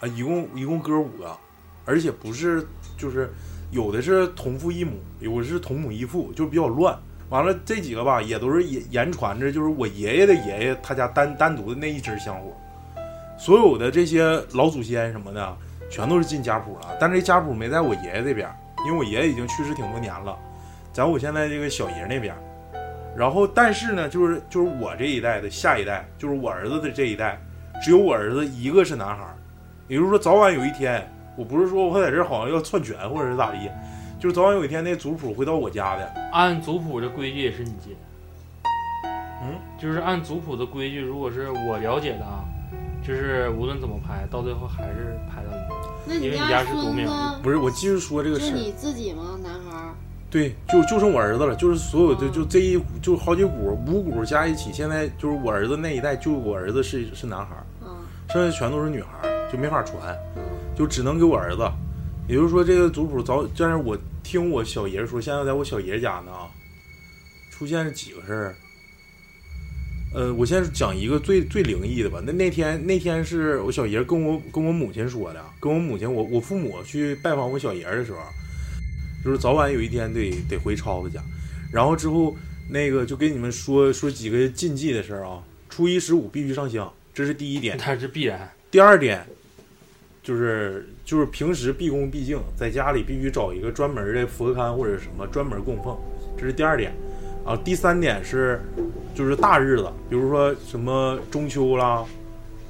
B: 啊、一共一共哥儿五个，而且不是就是有的是同父异母，有的是同母异父，就比较乱。完了这几个吧，也都是言言传着，就是我爷爷的爷爷他家单单独的那一支香火，所有的这些老祖先什么的，全都是进家谱了。但这家谱没在我爷爷这边，因为我爷爷已经去世挺多年了，在我现在这个小爷那边。然后，但是呢，就是就是我这一代的下一代，就是我儿子的这一代，只有我儿子一个是男孩儿，也就是说，早晚有一天，我不是说我在这儿好像要篡权或者是咋地，就是早晚有一天那族谱会到我家的。
D: 按族谱的规矩也是你接，
B: 嗯，
D: 就是按族谱的规矩，如果是我了解的啊，就是无论怎么排，到最后还是排到 你。
C: 那
D: 因为你
C: 家
D: 家是独
C: 孙
D: 苗
C: 子
B: 不是，我继续说这个
C: 就
B: 事儿。
C: 你自己吗？男孩儿？
B: 对，就就剩我儿子了，就是所有的
C: 哦
B: 就这一股就好几股五股加一起，现在就是我儿子那一代，就我儿子是是男孩儿，
C: 啊，
B: 剩下全都是女孩儿，就没法传，
C: 嗯，
B: 就只能给我儿子。也就是说，这个族谱早，但是我听我小爷说，现在在我小爷家呢，啊出现了几个事儿。呃，我先讲一个最最灵异的吧。那那天那天是我小爷跟我跟我母亲说的，跟我母亲我我父母去拜访我小爷的时候，就是早晚有一天得得回超子家，然后之后那个就跟你们说说几个禁忌的事儿啊。初一十五必须上香，这是第一点。
D: 那是必然。
B: 第二点，就是就是平时毕恭毕敬，在家里必须找一个专门的佛龛或者什么专门供奉，这是第二点。啊，第三点是，就是大日子，比如说什么中秋啦，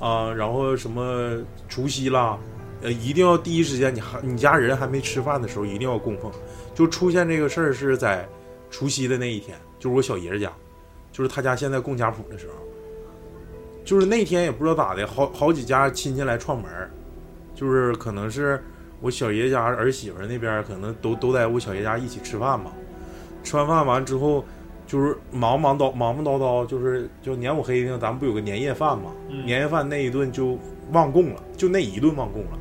B: 啊，然后什么除夕啦，呃，一定要第一时间，你还你家人还没吃饭的时候，一定要供奉。就出现这个事儿是在除夕的那一天，就是我小爷儿家，就是他家现在供家谱的时候。就是那天也不知道咋的，好好几家亲戚来串门儿，就是可能是我小爷家儿媳妇儿那边儿可能都都在我小爷家一起吃饭嘛。吃完饭完之后，就是忙忙叨忙忙叨叨，就是就撵我黑呢，咱们不有个年夜饭嘛？
E: 嗯
B: 年夜饭那一顿就忘供了，就那一顿忘供了。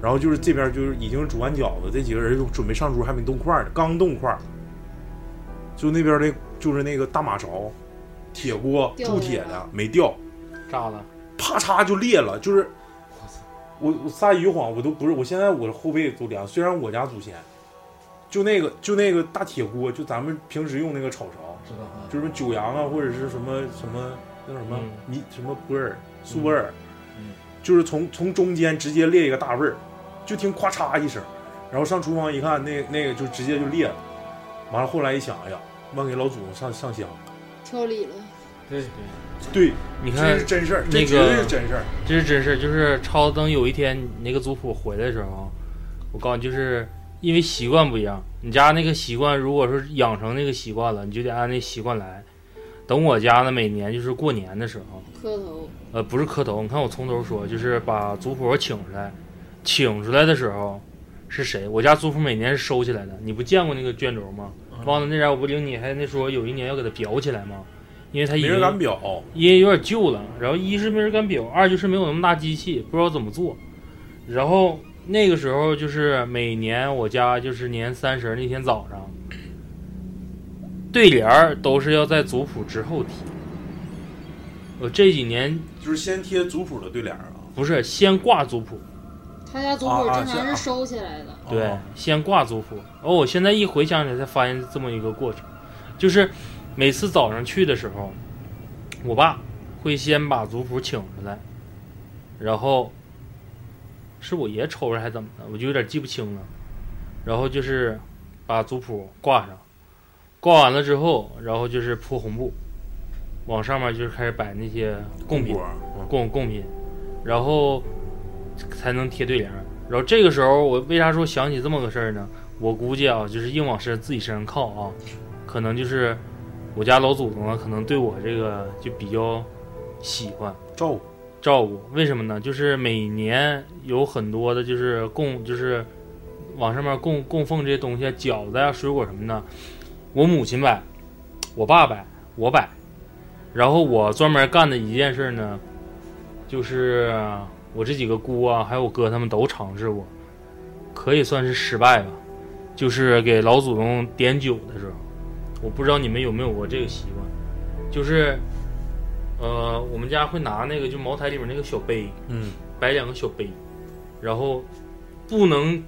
B: 然后就是这边就是已经煮完饺子，这几个人就准备上桌，还没动筷呢，刚动筷儿，就那边的就是那个大马勺、铁锅、
C: 掉
B: 铸
C: 下来
B: 铁的
C: 了
B: 没掉，
D: 炸了，
B: 啪嚓就裂了，就是我我撒一句谎，我都不是，我现在我的后背都凉。虽然我家祖先，就那个就那个大铁锅，就咱们平时用那个炒勺，
E: 知道啊
B: 就，是什么九阳啊，或者是什么什么那叫什么
D: 嗯
B: 泥什么波尔苏波尔，
E: 嗯
B: 就是从从中间直接裂一个大味儿，就听咔嚓一声，然后上厨房一看，那那个就直接就裂了。完了后来一想，哎呀，万给老祖宗上上香，
C: 挑理了。
E: 对对，
B: 对，
D: 你
B: 这
D: 看
B: 是，真事儿，
D: 那
B: 这
D: 个
B: 绝对是真事儿。
D: 这是真事儿，就是超等有一天你那个族谱回来的时候，我告诉你，就是因为习惯不一样，你家那个习惯，如果说养成那个习惯了，你就得按那习惯来。等我家呢，每年就是过年的时候，
C: 磕头，
D: 呃，不是磕头，你看我从头说，就是把族谱请出来，请出来的时候是谁？我家族谱每年是收起来的，你不见过那个卷轴吗？
B: 嗯
D: 忘了那年我不领你还那说有一年要给它裱起来吗？因为它已
B: 没
D: 经
B: 人敢表，
D: 因，E 为有点旧了，然后一是没人敢裱，二就是没有那么大机器，不知道怎么做。然后那个时候就是每年我家就是年三十那天早上，对联儿都是要在族谱之后贴。我这几年
B: 就是先贴族谱的对联儿啊。
D: 不是先挂族谱，
C: 他家族谱
B: 啊啊
C: 正常
B: 是啊
C: 是收起来的，
D: 对，
B: 哦
D: 先挂族谱。哦，我现在一回想起来才发现这么一个过程，就是每次早上去的时候，我爸会先把族谱请出来，然后是我爷抽着还是怎么的，我就有点记不清了。然后就是把族谱挂上，挂完了之后，然后就是铺红布，往上面就是开始摆那些贡品
B: 果。儿，嗯
D: 贡贡品，然后才能贴对联儿。然后这个时候，我为啥说想起这么个事儿呢？我估计啊，就是硬往身自己身上靠啊，可能就是我家老祖宗啊，可能对我这个就比较喜欢
B: 照顾
D: 照顾。为什么呢？就是每年有很多的，就是供，就是往上面供供奉这些东西啊，饺子呀、水果什么的。我母亲摆，我爸摆，我摆。然后我专门干的一件事呢，就是啊我这几个姑啊，还有我哥他们都尝试过，可以算是失败吧。就是给老祖宗点酒的时候，我不知道你们有没有过这个习惯，就是，呃，我们家会拿那个就茅台里面那个小杯，
B: 嗯，
D: 摆两个小杯，然后不能，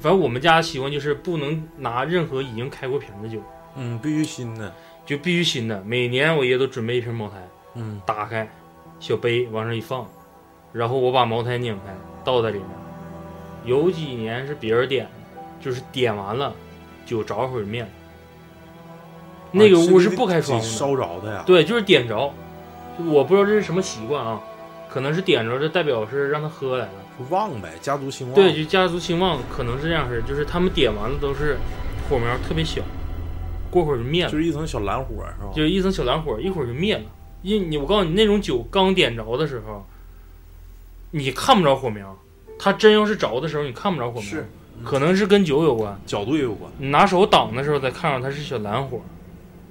D: 反正我们家习惯就是不能拿任何已经开过瓶的酒，
B: 嗯，必须新的，
D: 就必须新的。每年我爷都准备一瓶茅台，
B: 嗯，
D: 打开小杯往上一放，然后我把茅台拧开倒在里面。有几年是别人点的，就是点完了酒着火就灭了，
B: 啊
D: 那个屋是不开窗
B: 得
D: 户的，
B: 烧着的呀。
D: 对，就是点着。就我不知道这是什么习惯啊，可能是点着，这代表是让他喝来了。
B: 就旺呗，家族兴旺。
D: 对，就家族兴旺可能是这样式儿，就是他们点完了都是火苗特别小，过会儿就灭了，
B: 就是一层小蓝火是吧？
D: 就是一层小蓝火，一会儿就灭了。因你我告诉你，那种酒刚点着的时候，你看不着火苗，它真要是着的时候，你看不着火苗，
B: 是
D: 可能是跟酒有关。
B: 角度也有关。
D: 你拿手挡的时候才看着它是小蓝火，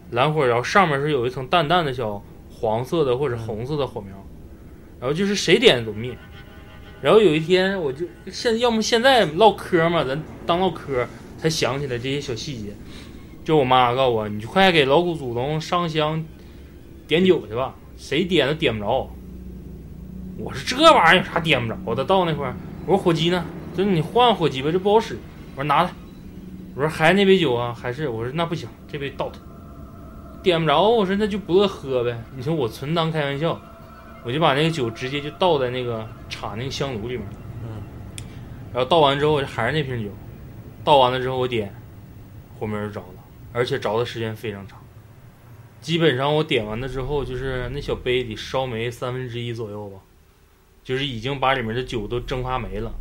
D: 蓝火，然后上面是有一层淡淡的小黄色的或者红色的火苗，然后就是谁点都灭。然后有一天我就现要么现在唠嗑嘛，咱当唠嗑才想起来这些小细节。就我妈告诉我，你就快给老祖宗上香点酒去吧，谁点都点不着。我说这玩意儿有啥点不着的？到那块儿，我说火机呢？就是你换火机吧，这不好使。我说拿来。我说还那杯酒啊，还是我说那不行，这杯倒它，点不着。我说那就不饿喝呗。你说我纯当开玩笑，我就把那个酒直接就倒在那个插那个香炉里面。
B: 嗯。
D: 然后倒完之后，我就还是那瓶酒，倒完了之后我点，火苗就着了，而且着的时间非常长。基本上我点完了之后，就是那小杯里烧没三分之一左右吧，就是已经把里面的酒都蒸发没了，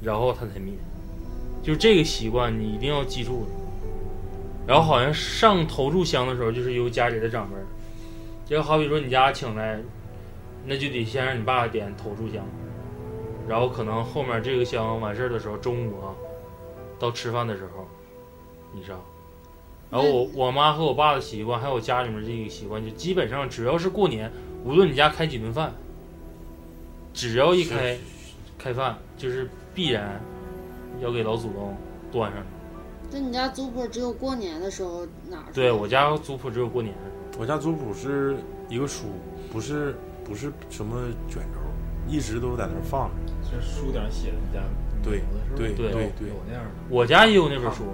D: 然后它才灭。就是这个习惯你一定要记住。然后好像上投炷香的时候，就是由家里的长辈儿，就好比说你家请来，那就得先让你爸点投炷香，然后可能后面这个香完事儿的时候，中午啊，到吃饭的时候，你上。然后我哦我妈和我爸的习惯，还有我家里面这个习惯，就基本上只要是过年，无论你家开几顿饭，只要一开开饭，就是必然要给老祖宗端上。
C: 那你家族谱只有过年的时候拿出来？
D: 对我家族谱只有过年，
B: 我家族谱是一个书，不是不是什么卷轴，一直都在那儿放着。
E: 就是书顶上写的你家名字是吧？
B: 对对
D: 对
B: 对
E: 有那样的。
B: 啊
D: 我家也有那本书，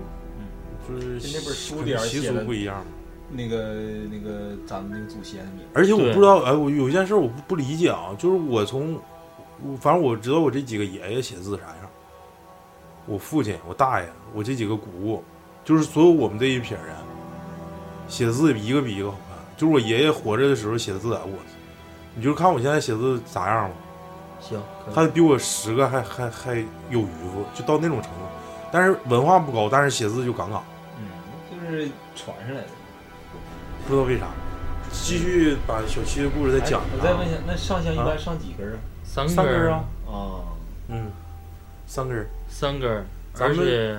B: 就
E: 嗯
B: 是
E: 就那本书
B: 可
E: 里
B: 能
E: 边
B: 习
E: 写
B: 俗
E: 的
B: 不一样。
E: 那个那个咱们那个祖先的名，
B: 而且我
D: 对
B: 不知道，哎，我有一件事我不不理解啊，就是我从，我反正我知道我这几个爷爷写字啥样，我父亲、我大爷、我这几个姑姑，就是所有我们这一撇人，写字一个比一个好看。就是我爷爷活着的时候写字，哎我，你就是看我现在写字咋样吧，
E: 啊
D: 行，可
E: 嗯
D: 以
B: 他比我十个还还还有余乎，就到那种程度。但是文化不高，但是写字就杠杠，
E: 嗯，就是传上来的。
B: 不知道为啥。继续把小七的故事再讲
E: 哎
B: 一
E: 我
B: 下
E: 再
B: 啊
E: 问一下，那上香一般上几根啊？
D: 三
B: 三根
D: 儿
B: 儿啊，，
E: 啊，
B: 嗯，三根儿。
D: 三根儿，
B: 咱
D: 而
B: 们
D: 且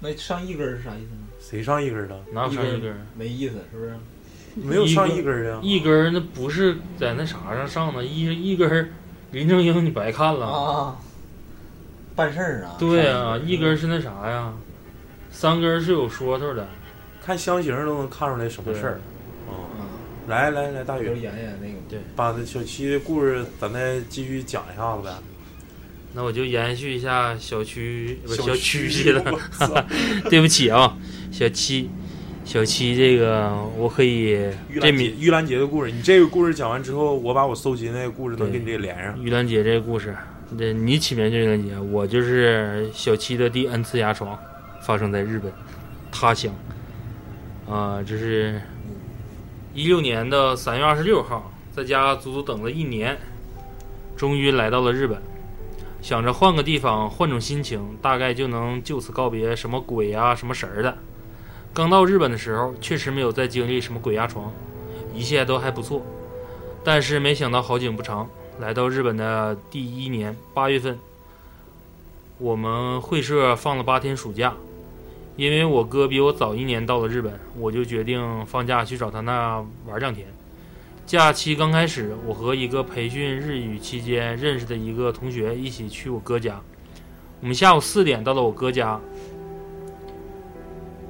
E: 那上一根儿是啥意思呢？
B: 谁上一根儿了？
D: 哪有上一根儿？
E: 没意思，是不是？
B: 没有上一根儿啊！
D: 一根儿那不是在那啥上上的，一一根儿林正英你白看
B: 嗯
D: 了。
E: 啊，办事儿啊。
D: 对啊，
E: 啊，
D: 一根儿是那啥呀，三根儿是有说头的。
B: 看香型儿都能看出来什么事儿。
E: 啊
B: 嗯，，来来来，大
E: 都是
B: 宇，
E: 妍妍那个。
B: 把小七的故事咱再继续讲一下子呗。
D: 那我就延续一下小区不小区去
B: 去
D: 了， 对不起啊，小七，小七这个我可以
B: 玉
D: 这
B: 兰
D: 米
B: 姐，玉兰姐的故事，你这个故事讲完之后，我把我搜集那个故事能
D: 对
B: 跟你这连上。
D: 玉兰姐这个故事，这你起名就玉兰姐，我就是小七的第 n 次牙床，发生在日本他乡，啊、这是一六年的三月二十六号，在家足足等了一年，终于来到了日本，想着换个地方，换种心情，大概就能就此告别什么鬼啊、什么神儿的。刚到日本的时候，确实没有再经历什么鬼压床，一切都还不错。但是没想到好景不长，来到日本的第一年八月份，我们会社放了八天暑假，因为我哥比我早一年到了日本，我就决定放假去找他那玩两天。假期刚开始，我和一个培训日语期间认识的一个同学一起去我哥家，我们下午四点到了我哥家。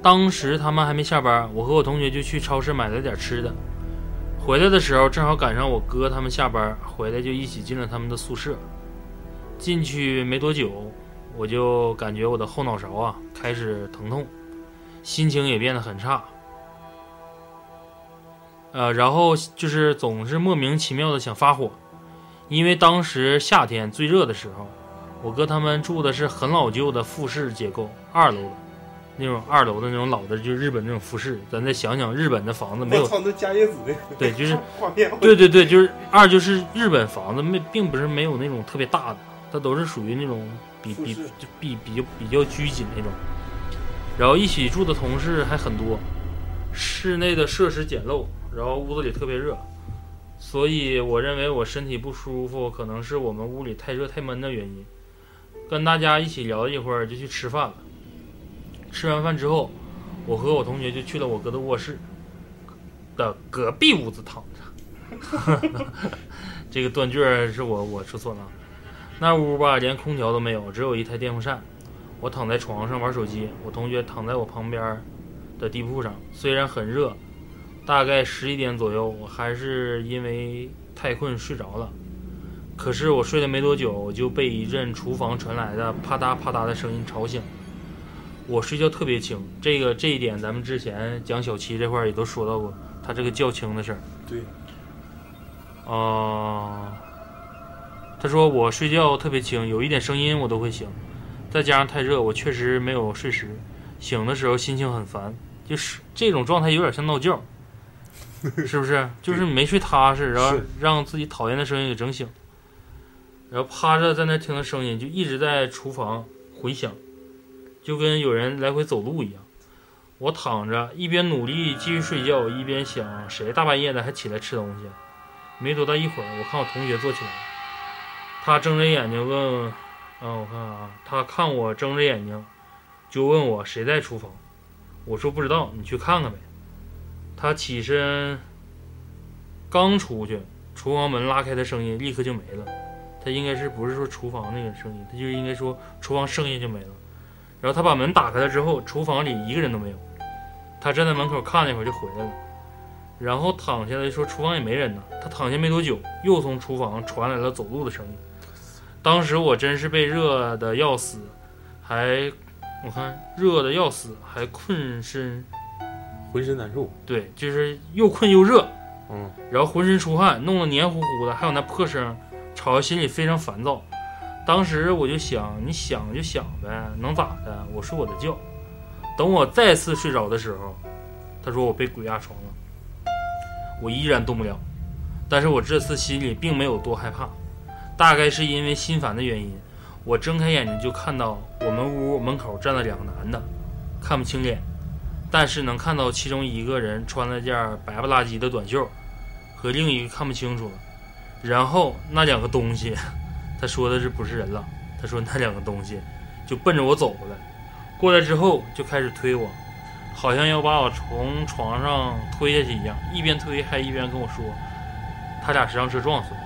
D: 当时他们还没下班，我和我同学就去超市买了点吃的。回来的时候正好赶上我哥他们下班，回来就一起进了他们的宿舍。进去没多久，我就感觉我的后脑勺啊开始疼痛，心情也变得很差。呃，然后就是总是莫名其妙的想发火，因为当时夏天最热的时候，我哥他们住的是很老旧的复式结构，二楼的，那种二楼的那种老的，就是日本那种复式。咱再想想日本的房子没有，
B: 操，那加叶子的
D: 对，就是
B: 画面，
D: 对对对，就是二就是日本房子没并不是没有那种特别大的，它都是属于那种比比
B: 复式
D: 就比比较比较拘谨那种。然后一起住的同事还很多，室内的设施简陋，然后屋子里特别热，所以我认为我身体不舒服可能是我们屋里太热太闷的原因。跟大家一起聊了一会儿，就去吃饭了。吃完饭之后，我和我同学就去了我哥的卧室的隔壁屋子躺着。 这个断句儿是我我说错了啊。那屋吧，连空调都没有，只有一台电风扇。我躺在床上玩手机，我同学躺在我旁边的地铺上。虽然很热，大概十一点左右，我还是因为太困睡着了。可是我睡了没多久，就被一阵厨房传来的啪嗒啪嗒的声音吵醒。我睡觉特别轻，这个这一点咱们之前讲小七这块儿也都说到过，他这个较轻的事儿。
B: 对，
D: 哦，他说我睡觉特别轻，有一点声音我都会醒，再加上太热，我确实没有睡实，醒的时候心情很烦，就是这种状态有点像闹觉，是不是？就是没睡踏实，然后
B: 是
D: 让自己讨厌的声音给整醒，然后趴着在那听着声音，就一直在厨房回响，就跟有人来回走路一样。我躺着，一边努力继续睡觉，一边想谁大半夜的还起来吃东西。啊没多大一会儿，我看我同学坐起来了，他睁着眼睛问，嗯，我看啊，他看我睁着眼睛，就问我谁在厨房，我说不知道，你去看看呗。他起身，刚出去，厨房门拉开的声音立刻就没了。他应该是不是说厨房那个声音，他就应该说厨房声音就没了。然后他把门打开了之后，厨房里一个人都没有。他站在门口看了一会儿就回来了。然后躺下来说厨房也没人呢。他躺下没多久，又从厨房传来了走路的声音。当时我真是被热的要死，还我看热的要死，还困身，
B: 浑身难受。
D: 对，就是又困又热，
B: 嗯，
D: 然后浑身出汗，弄得黏糊糊的，还有那破声，吵得心里非常烦躁。当时我就想，你想就想呗，能咋的？我睡我的觉。等我再次睡着的时候，他说我被鬼压床了，我依然动不了。但是我这次心里并没有多害怕，大概是因为心烦的原因，我睁开眼睛就看到我们屋门口站了两个男的，看不清脸，但是能看到其中一个人穿了件白不拉几的短袖，和另一个看不清楚了。然后那两个东西， 他说的是不是人了？他说那两个东西就奔着我走过来，过来之后就开始推我，好像要把我从床上推下去一样，一边推还一边跟我说，他俩是让车撞死的，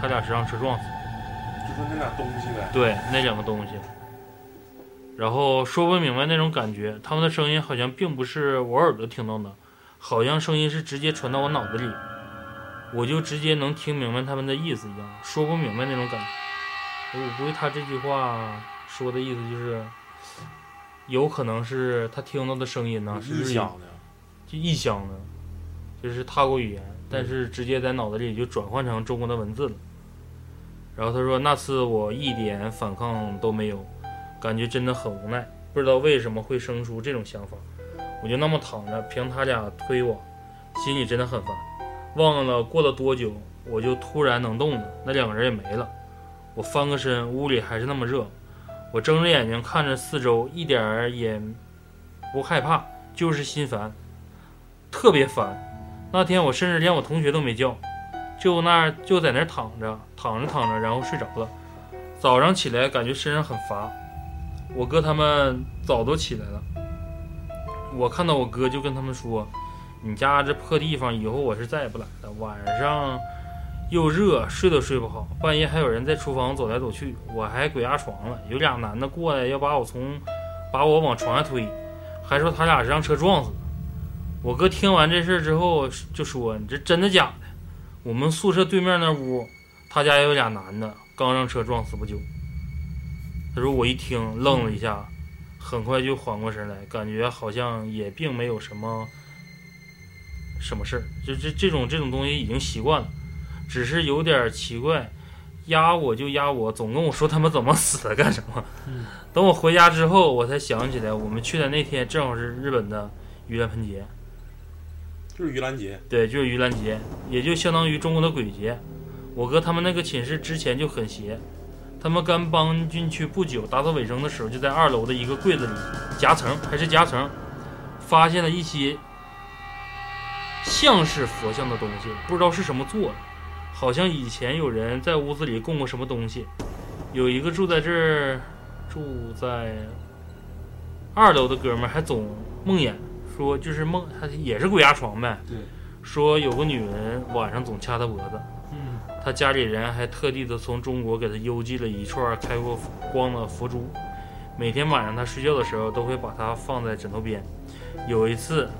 D: 他俩是让车撞死的。
B: 就说那俩东西呗。
D: 对，那两个东西。然后说不明白那种感觉，他们的声音好像并不是我耳朵听到的，好像声音是直接传到我脑子里，我就直接能听明白他们的意思一样，说不明白那种感觉。我估计他这句话说的意思就是，有可能是他听到的声音呢、是
B: 异想的，
D: 就异乡的，就是他国语言，但是直接在脑子里就转换成中国的文字了。然后他说那次我一点反抗都没有，感觉真的很无奈，不知道为什么会生出这种想法。我就那么躺着，凭他俩推我，心里真的很烦。忘了过了多久，我就突然能动了，那两个人也没了。我翻个身，屋里还是那么热。我睁着眼睛看着四周，一点儿也不害怕，就是心烦。特别烦。那天我甚至连我同学都没叫，就那儿就在那儿躺着，躺着躺着，然后睡着了。早上起来感觉身上很乏，我哥他们早都起来了。我看到我哥就跟他们说：“你家这破地方，以后我是再也不来了。晚上又热，睡都睡不好，半夜还有人在厨房走来走去，我还鬼压床了。有俩男的过来要把我从把我往床下推，还说他俩是让车撞死的。”我哥听完这事儿之后就说：“你这真的假的？我们宿舍对面那屋，他家有俩男的，刚让车撞死不久。”他说我一听愣了一下，很快就缓过神来，感觉好像也并没有什么什么事儿。就这这种这种东西已经习惯了，只是有点儿奇怪，压我就压我，总跟我说他们怎么死的干什么。等我回家之后，我才想起来，我们去的那天正好是日本的盂兰盆节。
B: 就是盂兰节，
D: 对，就是盂兰节，也就相当于中国的鬼节。我哥他们那个寝室之前就很邪，他们刚搬进去不久，打扫卫生的时候，就在二楼的一个柜子里夹层，还是夹层，发现了一些像是佛像的东西，不知道是什么做的，好像以前有人在屋子里供过什么东西。有一个住在这儿，住在二楼的哥们儿还总梦魇，说就是梦，他也是鬼压床呗。
E: 对，
D: 说有个女人晚上总掐他脖子，
E: 嗯，
D: 他家里人还特地的从中国给他邮寄了一串开过光的佛珠，每天晚上他睡觉的时候都会把它放在枕头边。有一次，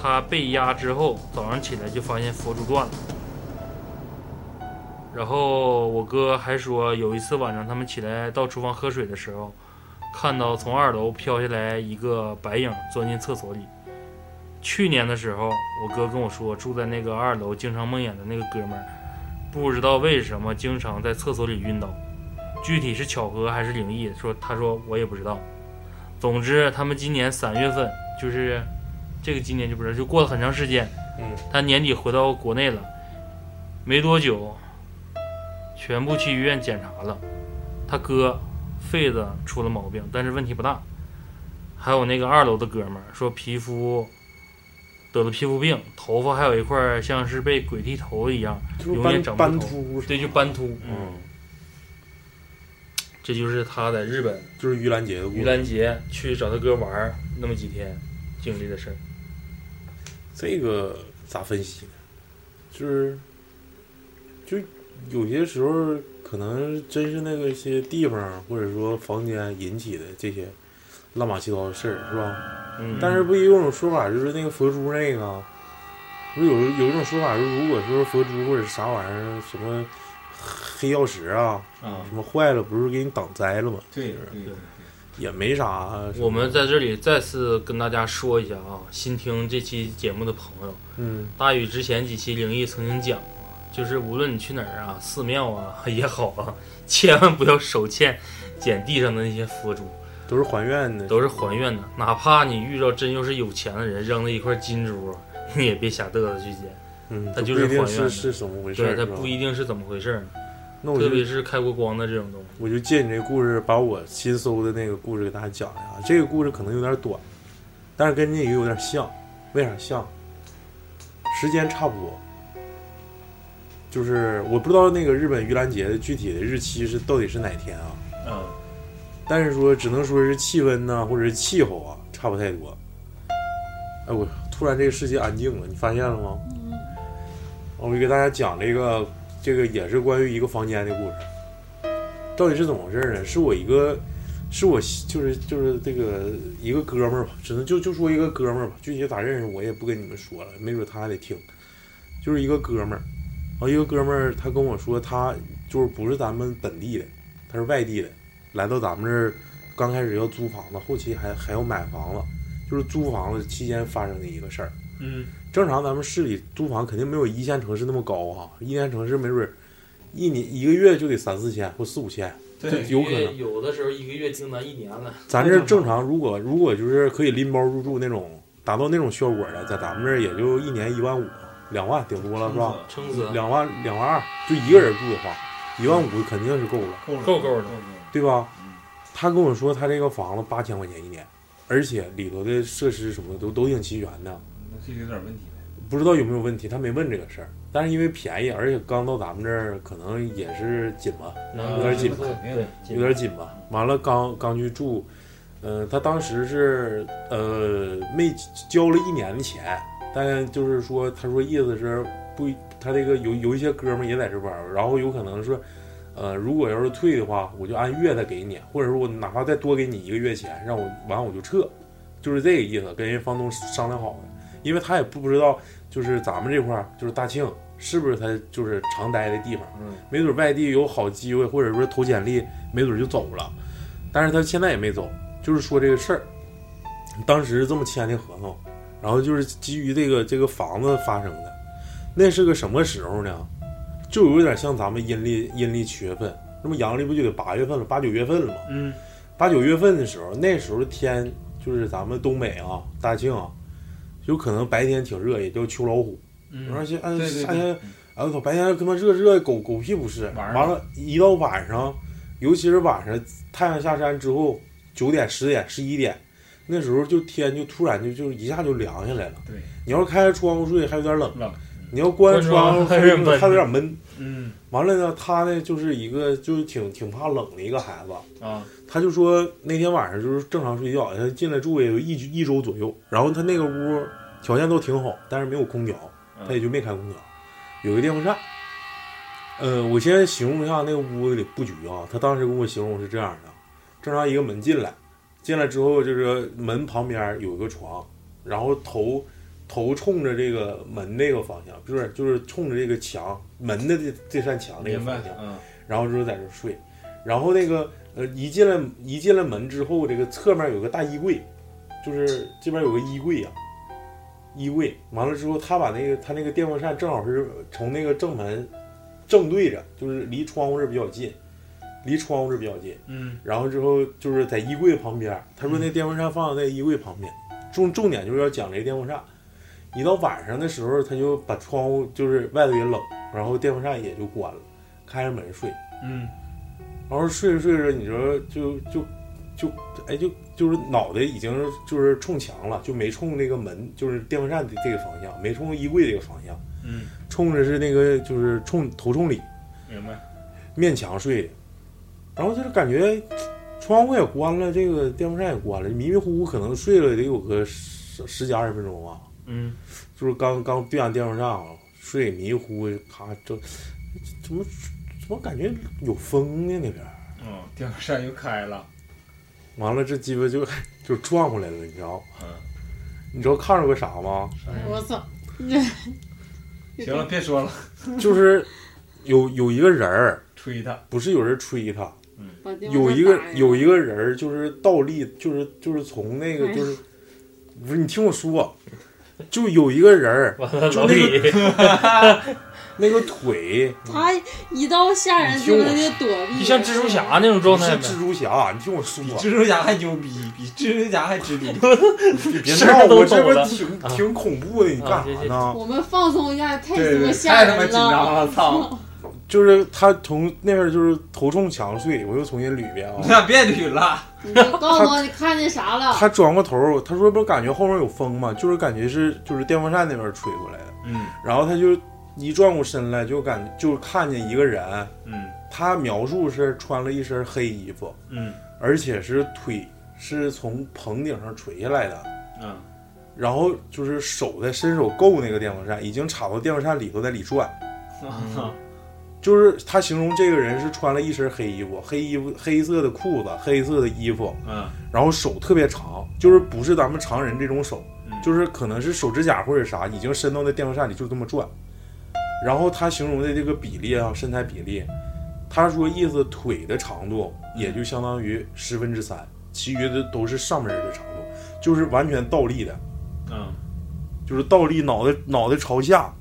D: 他被压之后，早上起来就发现佛珠断了。然后我哥还说，有一次晚上他们起来到厨房喝水的时候，看到从二楼飘下来一个白影钻进厕所里。去年的时候，我哥跟我说，住在那个二楼经常梦魇的那个哥们儿，不知道为什么经常在厕所里晕倒，具体是巧合还是灵异，说他说我也不知道。总之，他们今年三月份，就是这个今年就不是，就过了很长时间。
B: 嗯，
D: 他年底回到国内了，没多久，全部去医院检查了，他哥肺子出了毛病，但是问题不大。还有那个二楼的哥们儿说皮肤得了皮肤病，头发还有一块儿像是被鬼剃头一样，
B: 就是
D: 永远
B: 斑
D: 长不
B: 斑
D: 头
B: 秃，
D: 对，就斑秃。
B: 嗯，
D: 这就是他在日本
B: 就是盂兰节的故
D: 盂
B: 事。
D: 兰节去找他哥玩儿那么几天经历的事儿。
B: 这个咋分析呢？就是，就有些时候可能真是那个一些地方或者说房间引起的这些乱码七糟的事儿，是吧？
D: 嗯，
B: 但是不也有一种说法，就是那个佛珠那个，不是有有一种说法，就是如果说佛珠或者啥玩意儿，什么黑曜石啊，
E: 啊，
B: 什么坏了，不是给你挡灾了吗？
E: 对
B: 是
E: 对对，
B: 也没啥什么。
D: 我们在这里再次跟大家说一下啊，新听这期节目的朋友，
B: 嗯
D: 大宇之前几期灵异曾经讲过，就是无论你去哪儿啊，寺庙啊 也好啊，千万不要手欠捡地上的那些佛珠，
B: 都是还愿的，
D: 都是还愿的。哪怕你遇到真就是有钱的人扔了一块金珠，你也别瞎嘚瑟去捡，
B: 嗯，
D: 它
B: 就
D: 就
B: 不
D: 是
B: 一定
D: 还愿
B: 是
D: 的
B: 是怎么回事
D: 对，
B: 儿，
D: 它
B: 是吧
D: 不一定是怎么回事儿呢，
B: 那我
D: 特别
B: 就是
D: 开过光的这种东西。
B: 我就借你这故事，把我新搜的那个故事给大家讲一下。这个故事可能有点短，但是跟那个有点像，为啥像？时间差不多，就是我不知道那个日本盂兰节的具体的日期是到底是哪天啊？
E: 嗯，
B: 但是说只能说是气温呐、或者是气候啊，差不太多。哎，我突然这个世界安静了，你发现了吗？
C: 嗯
B: 我就给大家讲这个，这个也是关于一个房间的故事。到底是怎么回事呢？是我一个，是我就是就是这个一个哥们儿吧，只能就就说一个哥们儿吧，具体咋认识我也不跟你们说了，没准他还得听。就是一个哥们儿，然后一个哥们儿他跟我说他就是不是咱们本地的，他是外地的，来到咱们这儿刚开始要租房子，后期还还要买房子，就是租房子期间发生的一个事儿。
E: 嗯，
B: 正常咱们市里租房肯定没有一线城市那么高啊，一线城市没准儿一年一个月就得三四千或四五千，这
E: 对，
B: 有可能。
D: 有的时候一个月订单一年了，
B: 咱这正常，如果如果就是可以拎包入住那种，达到那种效果的，在咱们这儿也就一年一万五、两万顶多了是吧？
D: 撑死
B: 两万两万二，就一个人住的话，一万五肯定是够了，
E: 够了，
D: 够够的
B: 对吧
E: 嗯？
B: 他跟我说他这个房子八千块钱一年，而且里头的设施什么的都都挺齐全的。
E: 嗯那这有点问题呗。
B: 不知道有没有问题，他没问这个事儿。但是因为便宜，而且刚到咱们这儿，可能也是紧吧，
D: 能
B: 嗯有点紧吧
E: 啊肯定
D: 对
E: 的，，
B: 有点紧吧。完了刚刚去住，呃，他当时是呃没交了一年的钱，但就是说，他说意思是不，他这个有有一些哥们儿也在这玩儿，然后有可能是，呃，如果要是退的话，我就按月再给你，或者说我哪怕再多给你一个月钱，让我完我就撤，就是这个意思，跟人房东商量好的，因为他也不知道就是咱们这块儿就是大庆是不是他就是常待的地方，
D: 嗯
B: 没准外地有好机会，或者说投简历，没准就走了，但是他现在也没走，就是说这个事儿，当时这么签的合同，然后就是基于这个这个房子发生的，那是个什么时候呢？就有点像咱们阴历阴历七月份，那么阳历不就得八月份了，八九月份了吗？
E: 嗯，
B: 八九月份的时候，那时候天就是咱们东北啊，大庆啊，有可能白天挺热，也叫秋老虎。
E: 嗯
B: 而且按
E: 对对
B: 夏
E: 对
B: 天，哎我操，白天他妈热热狗狗屁不是。完
E: 晚上
B: 了，一到晚上，尤其是晚上太阳下山之后，九点、十点、十一点，那时候就天就突然就就一下就凉下来了。
E: 对，
B: 你要是开着窗户睡还有点冷，
E: 冷，
B: 你要关
D: 关
B: 窗户
D: 窗
B: 还
D: 还
B: 有
D: 有点闷
B: 还有点闷。
E: 嗯
B: 完了呢，他呢就是一个就是挺挺怕冷的一个孩子，
E: 啊，
B: 他就说那天晚上就是正常睡觉，他进来住也有一一周左右，然后他那个屋条件都挺好，但是没有空调，
E: 嗯
B: 他也就没开空调，有个电风扇。呃，我先形容一下那个屋子里布局啊，他当时跟我形容是这样的：正常一个门进来，进来之后就是门旁边有一个床，然后头头冲着这个门那个方向，不是就是冲着这个墙门的这这扇墙那个
E: 明
B: 方
E: 白
B: 向，，
E: 嗯，
B: 然后就是在这儿睡。然后那个呃，一进来一进来门之后，这个侧面有个大衣柜，就是这边有个衣柜啊，衣柜。完了之后，他把那个他那个电风扇正好是从那个正门正对着，就是离窗户这比较近，离窗户这比较近。
E: 嗯，
B: 然后之后就是在衣柜旁边儿，他说那电风扇放在那衣柜旁边，重重点就是要讲这个电风扇。一到晚上的时候，他就把窗户就是外头也冷，然后电风扇也就关了，开着门睡。
E: 嗯，
B: 然后睡着睡着，你说就就就哎就就是脑袋已经就是冲墙了，就没冲那个门，就是电风扇的这个方向，没冲衣柜这个方向，
E: 嗯，
B: 冲着是那个就是冲头冲里
E: 明白，
B: 面墙睡的，然后就是感觉窗户也关了，这个电风扇也关了，迷迷糊糊可能睡了得有个十十几二十分钟啊，
D: 嗯，
B: 就是刚刚对上电风扇啊，睡迷糊糊，咔这怎么怎么感觉有风呢那边儿？
E: 嗯，电风扇又开了，
B: 完了，这鸡巴就就转过来了，你知道吗？
E: 嗯，
B: 你知道看着个啥吗？
C: 我操！
B: 哎
E: 行了，别说了，
B: 就是有有一个人儿，
E: 吹他，
B: 不是有人吹他，
C: 把对方
B: 有
C: 再
B: 一个
C: 打下
B: 有
C: 来
B: 一个人儿就是倒立，就是就是从那个
C: 哎
B: 就是，不是你听我说，就有一个人儿
D: 完了，
B: 就
D: 老
B: 那
D: 李，
B: 那个腿
C: 他一到吓人
B: 你
C: 就
B: 听我
C: 能就躲避，
D: 就像蜘蛛侠那种状
B: 不
D: 态
B: 是
D: 呗。
B: 蜘蛛侠，你听我说，
E: 比蜘蛛侠还牛逼，比蜘蛛侠还 支离。
B: 你别
D: 事儿
B: 闹，
D: 都
B: 我这
D: 懂
B: 不
D: 了
B: 挺
D: 啊
B: 挺恐怖的，你
D: 啊
B: 干
D: 谢
B: 啥
D: 谢
B: 呢？
C: 我们放松一下，太
E: 对
C: 他妈
E: 对，
C: 吓
E: 太他妈
C: 人
E: 紧张
C: 了。
E: 了， 操！
B: 就是他从那边就是头冲墙睡，我又重新捋一遍啊
E: 你。俩别捋了，
C: 你就告诉我你看见啥了？
B: 他转过头，他说不是感觉后面有风吗？就是感觉是就是电风扇那边吹过来的，
E: 嗯
B: 然后他就一转过身来，就感就看见一个人，
E: 嗯
B: 他描述是穿了一身黑衣服，
E: 嗯
B: 而且是腿是从棚顶上垂下来的，
E: 嗯
B: 然后就是手在伸手够那个电风扇，已经插到电风扇里头在里转。
E: 啊
B: 就是他形容这个人是穿了一身黑衣服，黑衣服黑色的裤子，黑色的衣服，
E: 嗯
B: 然后手特别长，就是不是咱们常人这种手，
E: 嗯
B: 就是可能是手指甲或者啥已经伸到那电风扇里，就这么转。然后他形容的这个比例啊，身材比例，他说意思腿的长度也就相当于十分之三，其余的都是上半身的长度，就是完全倒立的，
E: 嗯
B: 就是倒立，脑袋脑袋朝下。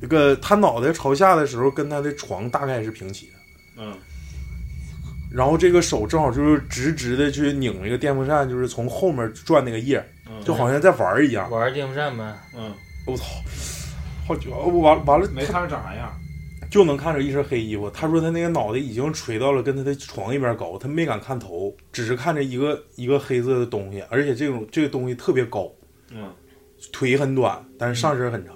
B: 这个他脑袋朝下的时候，跟他的床大概是平齐的，
E: 嗯
B: 然后这个手正好就是直直的去拧那个电风扇，就是从后面转那个叶儿，
E: 嗯，
B: 就好像在玩儿一样。
D: 玩电风扇呗，
E: 嗯，
B: 我操，好久啊我完完了，
E: 没看着长啥样。
B: 就能看着一身黑衣服。他说他那个脑袋已经垂到了跟他的床一边高，他没敢看头，只是看着一个一个黑色的东西，而且这种这个东西特别高，
E: 嗯
B: 腿很短，但是上身很长。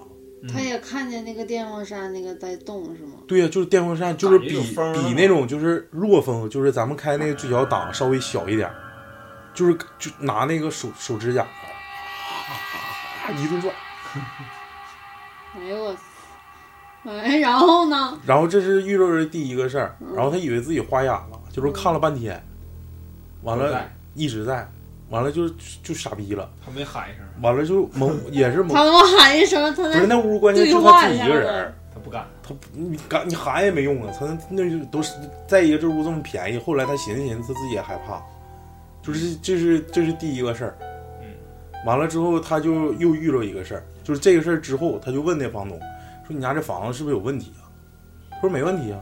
C: 他也看见那个电风扇那个在动是吗？
B: 对呀、就是电风扇，就是比
E: 感觉有风儿
B: 比
E: 了
B: 那种就是弱风，就是咱们开那个最小档稍微小一点儿，就是就拿那个手手指甲，一顿转。
C: 哎呦我操，哎，然后呢？
B: 然后这是遇到的第一个事儿，
C: 嗯
B: 然后他以为自己花眼了，就是看了半天，完
E: 不
B: 了
E: 在
B: 一直在，完了就就傻逼了，
E: 他没喊一声，
B: 完了就蒙也是蒙
C: 他，他妈喊一声，他
B: 不是
C: 在
B: 那屋关键
C: 对
B: 就
C: 话
B: 他自己
C: 一
B: 一个
C: 样
B: 人
C: 的
B: 儿，
E: 他不敢。
B: 他你敢你喊也没用啊，他那就都是再一个这屋这么便宜，后来他寻思寻思他自己也害怕，就是这是这是第一个事儿，
E: 嗯，
B: 完了之后他就又遇到一个事儿，就是这个事儿之后他就问那房东说你家这房子是不是有问题啊？他说没问题啊，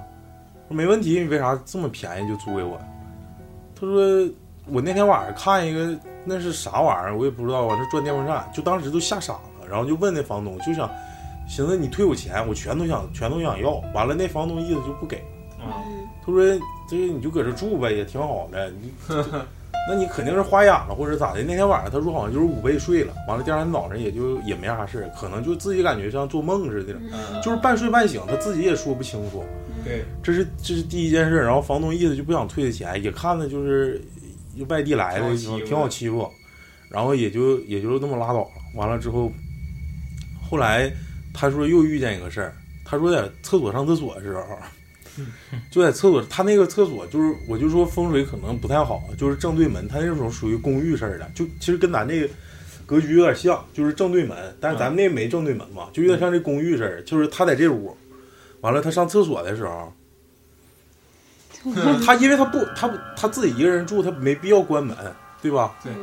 B: 说没问题，你为啥这么便宜就租给我？他说我那天晚上看一个那是啥玩意儿我也不知道啊，那转电风扇，就当时都吓傻了，然后就问那房东就想。寻思你退我钱，我全都想全都想要。完了，那房东意思就不给，
E: 啊，
C: 嗯
B: 他说这个你就搁这住呗，也挺好的。你那你肯定是花眼了或者咋的？那天晚上他说好像就是五倍睡了，完了第二天早上也就也没啥事儿，可能就自己感觉像做梦似的，
E: 嗯
B: 就是半睡半醒，他自己也说不清楚。
E: 对，
B: 这是这是第一件事，然后房东意思就不想退他钱，也看着就是外地来的，
E: 挺好欺负的
B: 挺好欺负，然后也就也就那么拉倒了。完了之后，后来他说又遇见一个事儿，他说在厕所上厕所的时候，就在厕所，他那个厕所就是我就说风水可能不太好，就是正对门，他那种属于公寓式儿的，就其实跟咱这个。格局有点像，就是正对门，但是咱们那没正对门嘛，就有点像这公寓似的。就是他在这屋，完了他上厕所的时候，他因为他不，他不他自己一个人住，他没必要关门，对吧？
C: 嗯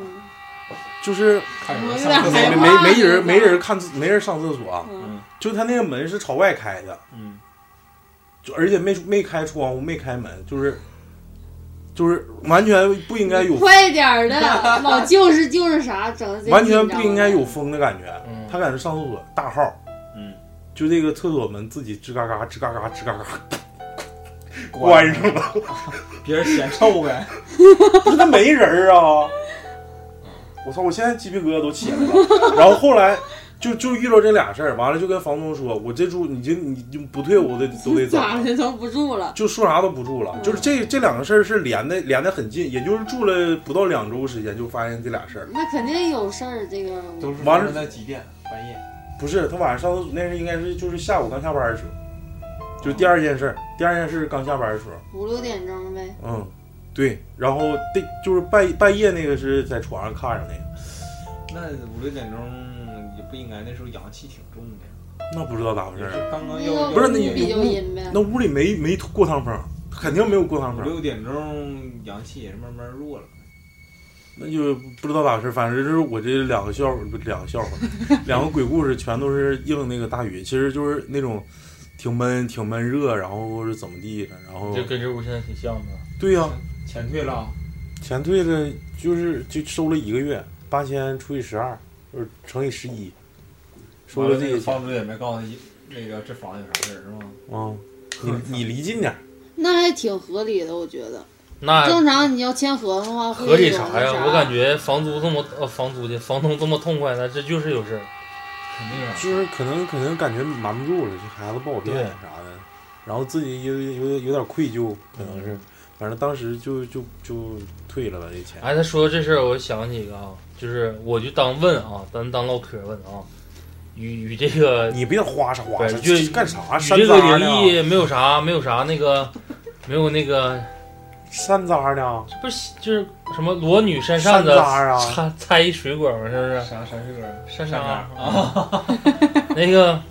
B: 就是
E: 看有
C: 我
E: 人
C: 有
E: 上
C: 点
E: 厕
B: 没
C: 害
B: 没没
C: 怕
E: 所。
C: 这个
B: 人没人看自没人上厕所，
C: 嗯
B: 就他那个门是朝外开的，
E: 嗯
B: 就而且没没开窗户，没开门，就是就是完全不应该有
C: 你快点儿的，老就是就是啥，整的贼
B: 完全
C: 紧张
B: 不应该有风的感觉
D: 嗯。
B: 他感觉上厕所大号，
E: 嗯，
B: 就这个厕所门自己吱嘎嘎吱嘎嘎吱嘎嘎关
E: 关
B: 上了，
E: 别人嫌臭呗。
B: 不是他没人儿啊！我操！我现在鸡皮疙瘩都起来了。然后后来就就遇到这俩事儿，完了就跟房东说，我这住你这你就不退我得 都得走，
C: 咋的嗯都不住了，
B: 就说啥都不住了。就是这这两个事儿是连的连的很近，也就是住了不到两周时间就发现这俩事儿。
C: 那肯定有事儿。这个
E: 都是
B: 完了
E: 在几点？半夜。
B: 不是他晚上上厕所那是应该是就是下午刚下班的时候，就是第二件事儿，第二件事刚下班的时候。
C: 五六点钟呗，
B: 嗯，对，然后对，就是半半夜那个是在床上看上那个，
E: 那五六点钟也不应该，那时候阳气挺重的，
B: 那不知道咋回事
E: 也
B: 儿
E: 是。刚刚
C: 那
E: 要
C: 个
E: 要
B: 不是那
C: 屋
B: 你
C: 比较阴呗
B: 那。屋里没没过堂风，肯定没有过堂
E: 五
B: 风，
E: 六点钟阳气也是慢慢弱了。
B: 那就不知道咋回事。反正就是我这两个笑话，不是两个笑话，两个鬼故事全都是应那个大雨，其实就是那种挺闷、挺闷热，然后是怎么地的，然后
D: 就跟这屋现在挺像的。
B: 对呀、
E: 前退了，
B: 钱退了就是就收了一个月，八千除以十二，就是乘以十一，收
E: 完
B: 了
E: 了
B: 这
E: 那
B: 个
E: 个
B: 钱啊
E: 房主也没告诉他那个这房有啥事儿是吗？、
B: 你嗯你离近点儿，
C: 那还挺合理的，我觉得。
D: 那
C: 正常你要签合同的话，
D: 啊合理
C: 啥
D: 啥呀？我感觉房租这么呃，房租去，房东这么痛快，那这就是有事儿。
E: 肯定啊。
B: 就是可能可能感觉瞒不住了，这孩子不好
D: 对
B: 骗啥的，然后自己有有有点愧疚，可能
D: 嗯
B: 是，反正当时就就就退了吧这钱。
D: 哎，他说到这事儿，我想起一个啊，就是我就当问啊，咱当唠嗑问啊，与与这个
B: 你别花啥花啥，
D: 对就
B: 这干啥？
D: 与
B: 山
D: 这
B: 楂
D: 个灵
B: 呢？
D: 异没有啥没有啥那个，没有那个，
B: 山楂呢？
D: 这不是就是什么裸女扇扇
B: 山
D: 子
B: 楂啊！
D: 插插一水管吗？是不是？
E: 啥啥这歌？
D: 山楂
E: 山楂
D: 啊，那个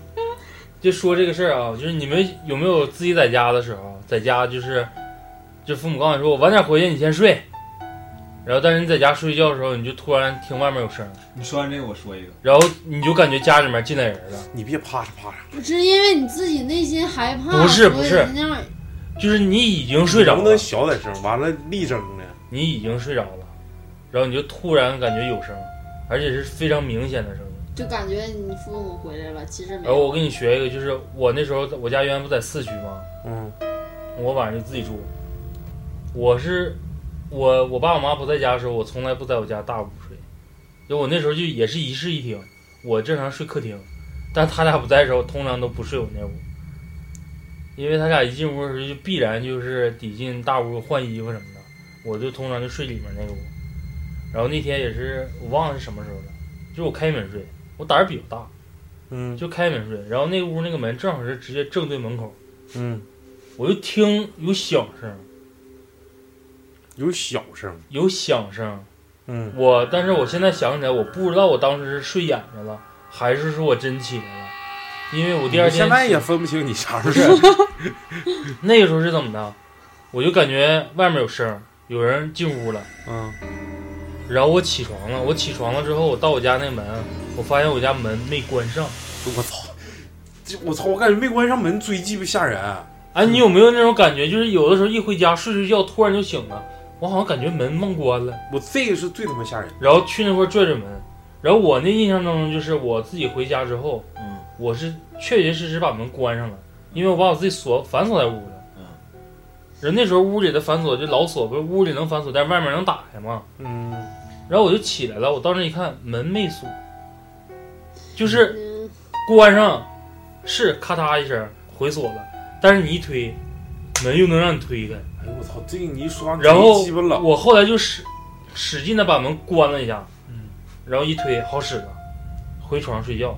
D: 就说这个事儿啊，就是你们有没有自己在家的时候，在家就是，就父母告诉你说我晚点回去，你先睡，然后但是你在家睡觉的时候，你就突然听外面有声儿，
E: 你说完这个我说一个，
D: 然后你就感觉家里面进来人了，
B: 你别啪嚓啪嚓，
C: 不是因为你自己内心害怕，
D: 不是
C: 所以
D: 不是
C: 你那样
D: 就是你已经睡着啊
B: 能不
D: 了
B: 能，小点声？完了力争呢？
D: 你已经睡着了，然后你就突然感觉有声儿，而且是非常明显的声音。
C: 就感觉你父母回来了，其实没
D: 然后
C: 有。
D: 我跟你学一个，就是我那时候我家原来不在四区吗？
B: 嗯，
D: 我晚上就自己住。我是我我爸我妈不在家的时候，我从来不在我家大屋睡，就我那时候就也是一室一厅，我正常睡客厅，但他俩不在的时候，通常都不睡我那屋，因为他俩一进屋的时候就必然就是得进大屋换衣服什么的，我就通常就睡里面那个屋。然后那天也是我忘了是什么时候了，就是我开门睡，我胆儿比较大，
B: 嗯
D: 就开门睡，然后那屋那个门正好是直接正对门口，
B: 嗯，
D: 我就听有响声。
B: 有小声，
D: 有响声，
B: 嗯，
D: 我但是我现在想起来，我不知道我当时是睡眼着了，还是说我真起来了，因为我第二
B: 你
D: 天
B: 现在
D: 起
B: 也分不清你啥时
D: 不
B: 候
D: 是那个时候是怎么的，我就感觉外面有声儿，有人进屋了，
B: 嗯
D: 然后我起床了，我起床了之后，我到我家那门，我发现我家门没关上。
B: 我操！这我操！我感觉没关上门追鸡巴吓人。
D: 哎，你有没有那种感觉？就是有的时候一回家睡睡觉，突然就醒了，我好像感觉门忘关了。
B: 我这个是最他妈吓人。
D: 然后去那块儿拽拽门。然后我那印象当中就是我自己回家之后，
E: 嗯，
D: 我是确确实实把门关上了，因为我把我自己锁反锁在屋了。
E: 嗯，
D: 人那时候屋里的反锁就老锁，不是屋里能反锁，但是外面能打开嘛。
B: 嗯，
D: 然后我就起来了，我到那一看门没锁，就是
C: 嗯，
D: 关上，是咔嚓一声回锁了，但是你一推，门又能让你推开。
B: 哎呦我操！这个你一说完，
D: 然后
B: 鸡巴冷。
D: 我后来就使使劲的把门关了一下，
B: 嗯，
D: 然后一推，好使了，回床睡觉。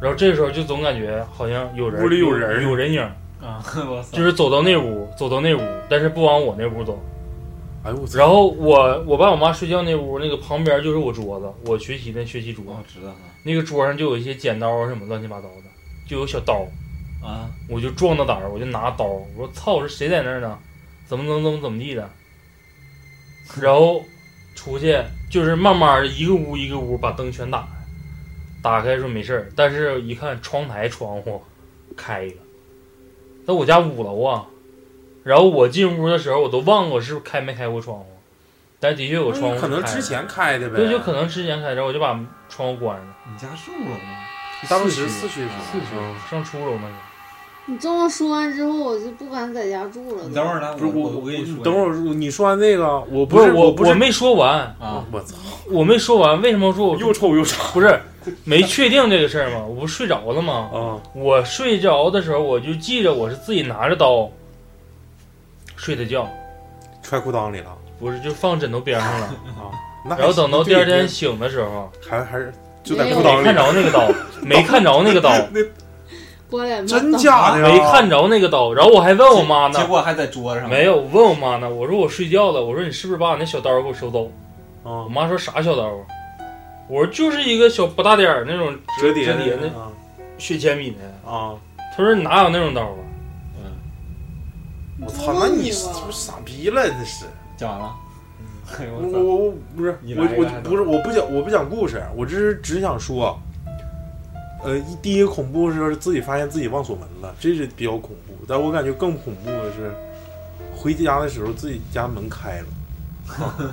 D: 然后这时候就总感觉好像有人，
B: 屋里有人嗯儿
D: 有人影儿，
E: 啊， 我操，
D: 就是走到那屋，走到那屋，但是不往我那屋走。
B: 哎呦我操！
D: 然后我我爸我妈睡觉那屋，那个旁边就是我桌子，我学习那学习桌，
B: 嗯
E: 我知道了
D: 那个桌上就有一些剪刀啊什么乱七八糟的，就有小刀，
E: 啊，
D: 我就壮着胆儿，我就拿刀，我说操，是谁在那儿呢？怎么能怎么怎么地的？然后出去就是慢慢儿一个屋一个屋把灯全打开，打开说没事儿，但是一看窗台窗户开一个，那我家五楼啊，然后我进屋的时候我都忘了我是不是开没开过窗户，但的确有窗户是
B: 可能
D: 开的
B: 之前开的呗。
D: 对，就可能之前开着，我就把窗户关上了，
E: 你家是五楼吗？啊
B: 当时四区
E: 四区
B: 嗯
D: 上初楼那个。
C: 你这么说完之后，我就不敢在家住了。
E: 你等会儿来，
B: 不是
E: 我
B: 我，
E: 我跟你说，
B: 等会儿你说完那个，我
D: 不
B: 是
D: 我，
B: 不是
D: 我没说完，
E: 啊，
B: 我操！
D: 我没说完，为什么说我
B: 又臭又傻
D: 不 是没确定这个事儿吗？我不是睡着了吗？
B: 啊！
D: 我睡着的时候，我就记着我是自己拿着刀睡的觉，
B: 揣裤裆里了
D: 不是就放枕头边上 了。
B: 啊！那
D: 然后等到第二天醒的时候，
B: 还还是就在
C: 没有
B: 裤
D: 没
B: 裆
D: 看
B: 里，哎
D: 着那个 刀，没看着那个刀，
C: 关脸
B: 真假的呀？
D: 没看着那个刀。然后我还问我妈
E: 结
D: 呢，
E: 果还在桌上，
D: 没有我问我妈呢，我说我睡觉了，我说你是不是把我那小刀给我收走？
B: 啊
D: 我！妈说啥小刀啊？我说就是一个小不大点儿那种
B: 折叠
D: 折叠
B: 的
D: 的
B: 啊
D: 削铅笔的。
B: 啊！
D: 他说哪有那种刀啊？
E: 嗯，
B: 我操，那你
C: 你
B: 是
C: 吧
B: 不是傻逼了？那是
E: 讲完了。哎呦
B: 我
E: 我操！
B: 我我不是
E: 你
B: 我
E: 来一个还
B: 我
E: 是
B: 不是我不讲我不讲故事，我只是只想说，呃，一第一个恐怖是自己发现自己忘锁门了，这是比较恐怖。但我感觉更恐怖的是，回家的时候自己家门开了，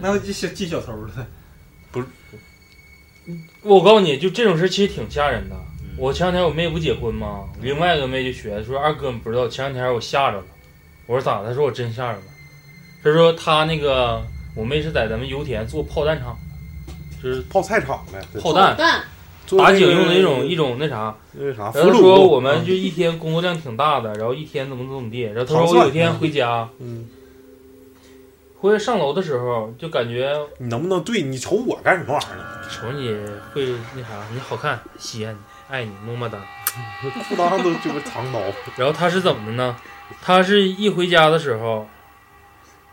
E: 那我就小进小偷了。
D: 我告诉你就这种事其实挺吓人的
E: 嗯。
D: 我前两天我妹不结婚吗？
B: 嗯
D: 另外一个妹就学说二哥你不知道，前两天我吓着了。我说咋的？她说我真吓着了。她说她那个我妹是在咱们油田做炮弹厂，就是
B: 泡菜场呗，对
D: 炮弹
C: 蛋，
B: 做
D: 打
B: 那
D: 井
B: 个
D: 用的一种一种那啥。
B: 那个啥俘虏。
D: 然后
B: 嗯
D: 她说我们就一天工作量挺大的，然后一天怎么怎么地。然后她说
B: 糖
D: 我
B: 蒜
D: 有一天回家，
B: 嗯，
D: 回来上楼的时候就感觉
B: 你能不能对你瞅我干什么玩意儿呢？
D: 瞅你会那啥，你好看，稀罕你，爱你，么么哒。
B: 裤裆都鸡巴藏刀，
D: 然后他是怎么的呢？他是一回家的时候，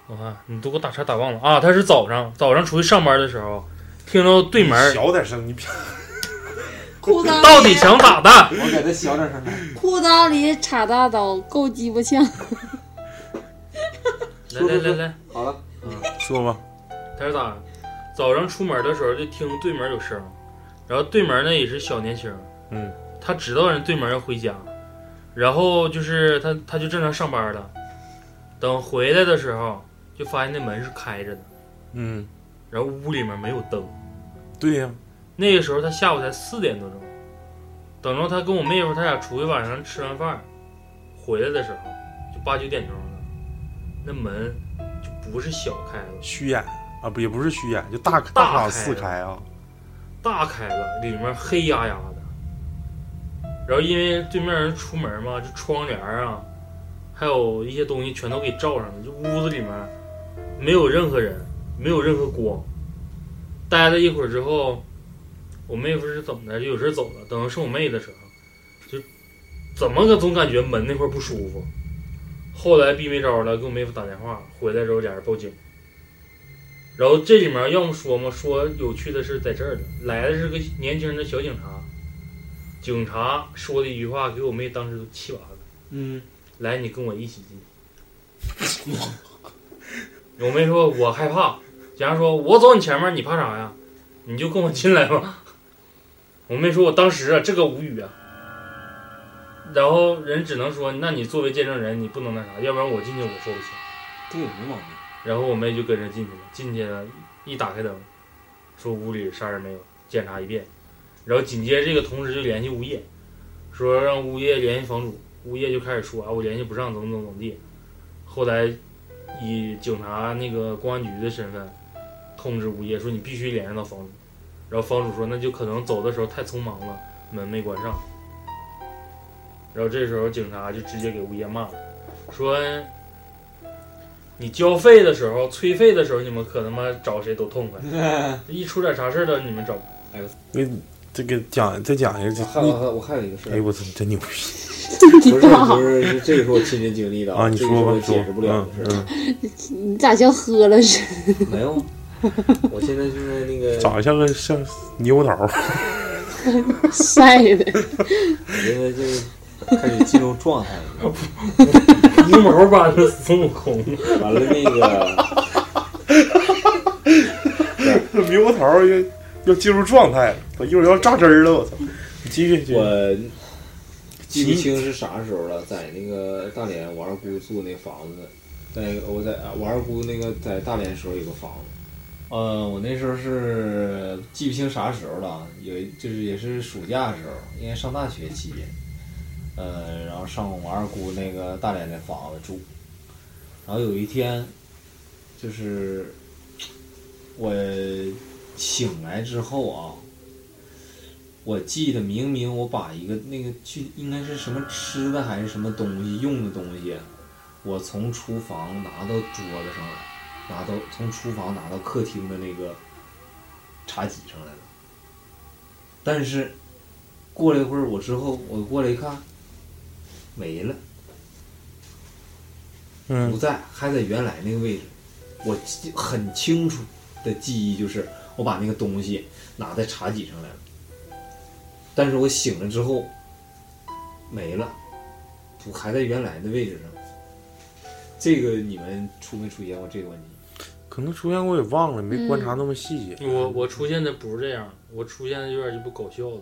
D: 我看你都给我打岔打忘了啊。他是早上早上出去上班的时候，听到 对门儿
B: 小点声，你别
C: 裤裆
D: 到底想咋的？
E: 我给他小点 声儿。
C: 裤裆里插大刀，够鸡巴呛。
D: 来来来来，
E: 好了，
B: 说吧，
D: 他是咋的？早上出门的时候就听对门有声儿，然后对门呢也是小年轻，
B: 嗯，
D: 他知道人对门要回家，然后就是他他就正常上班了，等回来的时候就发现那门是开着的，
B: 嗯，
D: 然后屋里面没有灯。
B: 对呀、
D: 那个时候他下午才四点多钟，等着他跟我妹夫他俩出去晚上吃完饭回来的时候，就八九点钟了，那门就不是小开了，
B: 虚掩啊，不也不是虚掩，就大
D: 大
B: 卡
D: 开
B: 四
D: 的
B: 开啊，
D: 大开了，里面黑压压的。然后因为对面人出门嘛，这窗帘啊，还有一些东西全都给罩上了，就屋子里面没有任何人，没有任何光。待了一会儿之后，我妹夫是怎么的？就有事走了。等到是我妹的时候，就怎么个总感觉门那块儿不舒服。后来逼没招了，给我妹夫打电话，回来之后俩人报警。然后这里面要么说嘛，说有趣的是在这儿呢，来的是个年轻的小警察，警察说的一句话给我妹当时都气完了，
E: 嗯，
D: 来你跟我一起进去。我妹说我害怕，警察说我走你前面，你怕啥呀？你就跟我进来吧。 我妹说我当时啊这个无语啊，然后人只能说那你作为见证人你不能那啥，要不然我进去我说不清。
E: 对，没毛病。
D: 然后我妹就跟着进去了，进去了，一打开灯，说屋里啥人没有，检查一遍，然后紧接着这个同时就联系物业，说让物业联系房主，物业就开始说啊我联系不上，怎么怎么怎么地，后来以警察那个公安局的身份通知物业说你必须联系到房主，然后房主说那就可能走的时候太匆忙了，门没关上，然后这时候警察就直接给物业骂了，说。你交费的时候、催费的时候，你们可他妈找谁都 痛快。
B: 嗯
D: 一出点啥事儿了，你们找
B: 给你这个讲再讲一个，这
E: 还
B: 你
E: 有我还有一个事
B: 哎呦我操，真牛逼
C: 你
E: 不是不是，是这个是我亲身经历的
B: 啊！你
E: 这个是
B: 说吧，说
E: 我解释不了的事
B: 嗯
E: 儿。
B: 嗯，
C: 你咋像喝了似的？
E: 没有，啊我现在就是那个，
B: 长得像个像猕猴 桃儿，
C: 晒的，
E: 我现在就是开始进入状态了。
D: 无毛般的孙悟空。
E: 完了那个，
B: 猕猴桃儿要要进入状态了，我一会儿要榨汁儿了，我操！你继续，继续
E: 我记不清是啥时候了，在那个大连我二姑住那房子，在我在我二姑那个在大连的时候有个房子。呃，我那时候是记不清啥时候了，有一就是也是暑假的时候，应该上大学期间，呃，然后上我二姑那个大连的房子住，然后有一天，就是我醒来之后啊，我记得明明我把一个那个去应该是什么吃的还是什么东西用的东西，我从厨房拿到桌子上来，拿到从厨房拿到客厅的那个茶几上来了。但是过了一会儿，我之后我过来一看，没了，不
B: 嗯，
E: 在，还在原来那个位置。我记很清楚的记忆就是我把那个东西拿在茶几上来了，但是我醒了之后没了，不还在原来的位置上。这个你们出没出现过这个问题？
B: 可能出现我也忘了，没观察那么细节。
D: 我我出现的不是这样，我出现的有点就不搞笑了，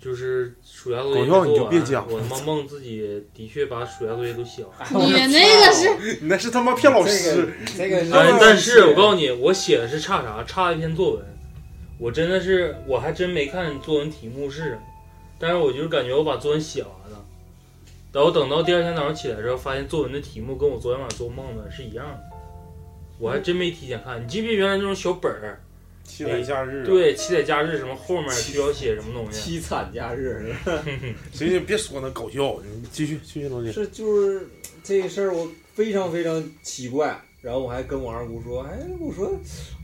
D: 就是暑假作业
B: 搞笑你
D: 没做
B: 就别
D: 完
B: 讲
D: 我他妈梦自己的确把暑假作业都写完了，
C: 你那个是
B: 你 那是他妈骗
E: 哦
B: 老师，
E: 这个，这个
D: 哎，但是我告诉你，我写的是差啥？差一篇作文，我真的是我还真没看作文题目是什么，但是我就是感觉我把作文写完了，然后等到第二天早上起来之后，发现作文的题目跟我昨天晚上做梦的是一样的，我还真没提前看。你记不记得原来那种小本儿？
B: 期待假日、，啊
E: 哎
D: 对，七载假日什么后面需要写什么东西？
E: 凄惨假日
B: 行行，别说那搞笑，你继续继续老姐。
E: 是就是这个事儿，我非常非常奇怪。然后我还跟我二姑说，哎，我说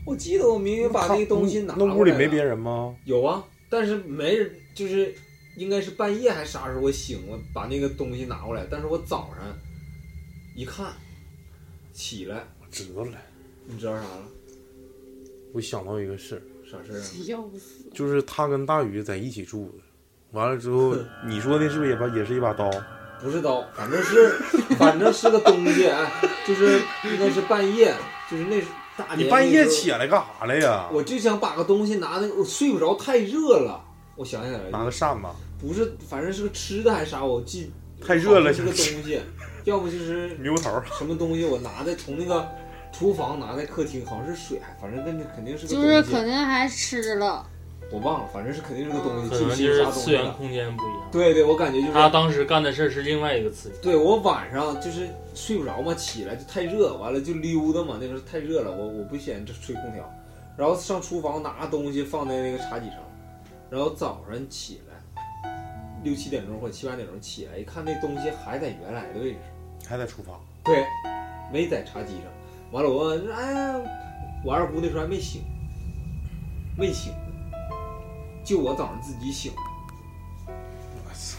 E: 我记得我明明把那个东西拿
B: 那屋里没
E: 别人。
B: 别人吗？
E: 有啊，但是没人，就是应该是半夜还啥时候我醒，我把那个东西拿过来，但是我早上一看，起来，
B: 我知道了，
E: 你知道啥了？
B: 我想到一个事儿，
E: 啥事儿啊？
C: 要不死，
B: 就是他跟大宇在一起住的，完了之后，你说那是不是也把也是一把刀？
E: 不是刀，反正是， 反正是个东西，哎，就是应该是半夜，就是那大
B: 你
E: 年
B: 半
E: 那
B: 夜
E: 时候
B: 起来干啥来呀？
E: 我就想把个东西拿那个，我睡不着，太热了。我想起来
B: 拿
E: 了，
B: 个扇吧，
E: 不是，反正是个吃的还是啥，我记
B: 太热了
E: 好像是个东西，要不就是
B: 牛头儿。
E: 什么东西，我拿的从那个厨房拿在客厅，好像是水，反正跟肯定是个
C: 就是
E: 东
C: 可
E: 西，
C: 能还吃了，
E: 我忘了，反正是肯定是个东西，
D: 嗯可
E: 具
D: 能
E: 体
D: 就
E: 啥
D: 是
E: 东
D: 次
E: 西啊
D: 元
E: 了。
D: 空间不一样。
E: 对对，我感觉就
D: 他
E: 是，
D: 当时干的事儿是另外一个次元。
E: 对我晚上就是睡不着嘛，起来就太热，完了就溜达嘛，那时候太热了，我我不嫌这吹空调，然后上厨房拿东西放在那个茶几上，然后早上起来六七点钟或者七八点钟起来，一看那东西还在原来的位置。
B: 还在厨房，
E: 对，没在茶几上。完了，我问，哎呀，我二姑那时候还没醒，没醒呢，就我早上自己醒。
B: 我操，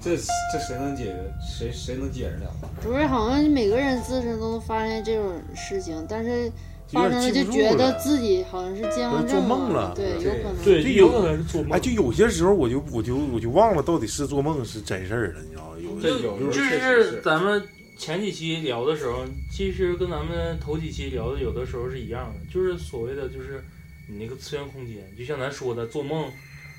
B: 这个
E: 这这谁能解决？谁谁能解释了？
C: 不是好像每个人自身都能发现这种事情，但是发
B: 有
C: 生
B: 点
C: 了
B: 记
C: 就
B: 不住
C: 觉得
B: 了。
C: 自己好像是健忘
B: 做
C: 症
B: 梦了
C: 对，有可能。
D: 对
B: 就有可
D: 能是做
B: 哎，就有些时候我就我就我就忘了到底是做梦是真事儿了，你知道吗？有
E: 这
B: 的
D: 就
E: 有时候
D: 就
E: 确实
D: 是
E: 是
D: 咱们前几期聊的时候，其实跟咱们头几期聊的有的时候是一样的，就是所谓的就是你那个次元空间，就像咱说的，做梦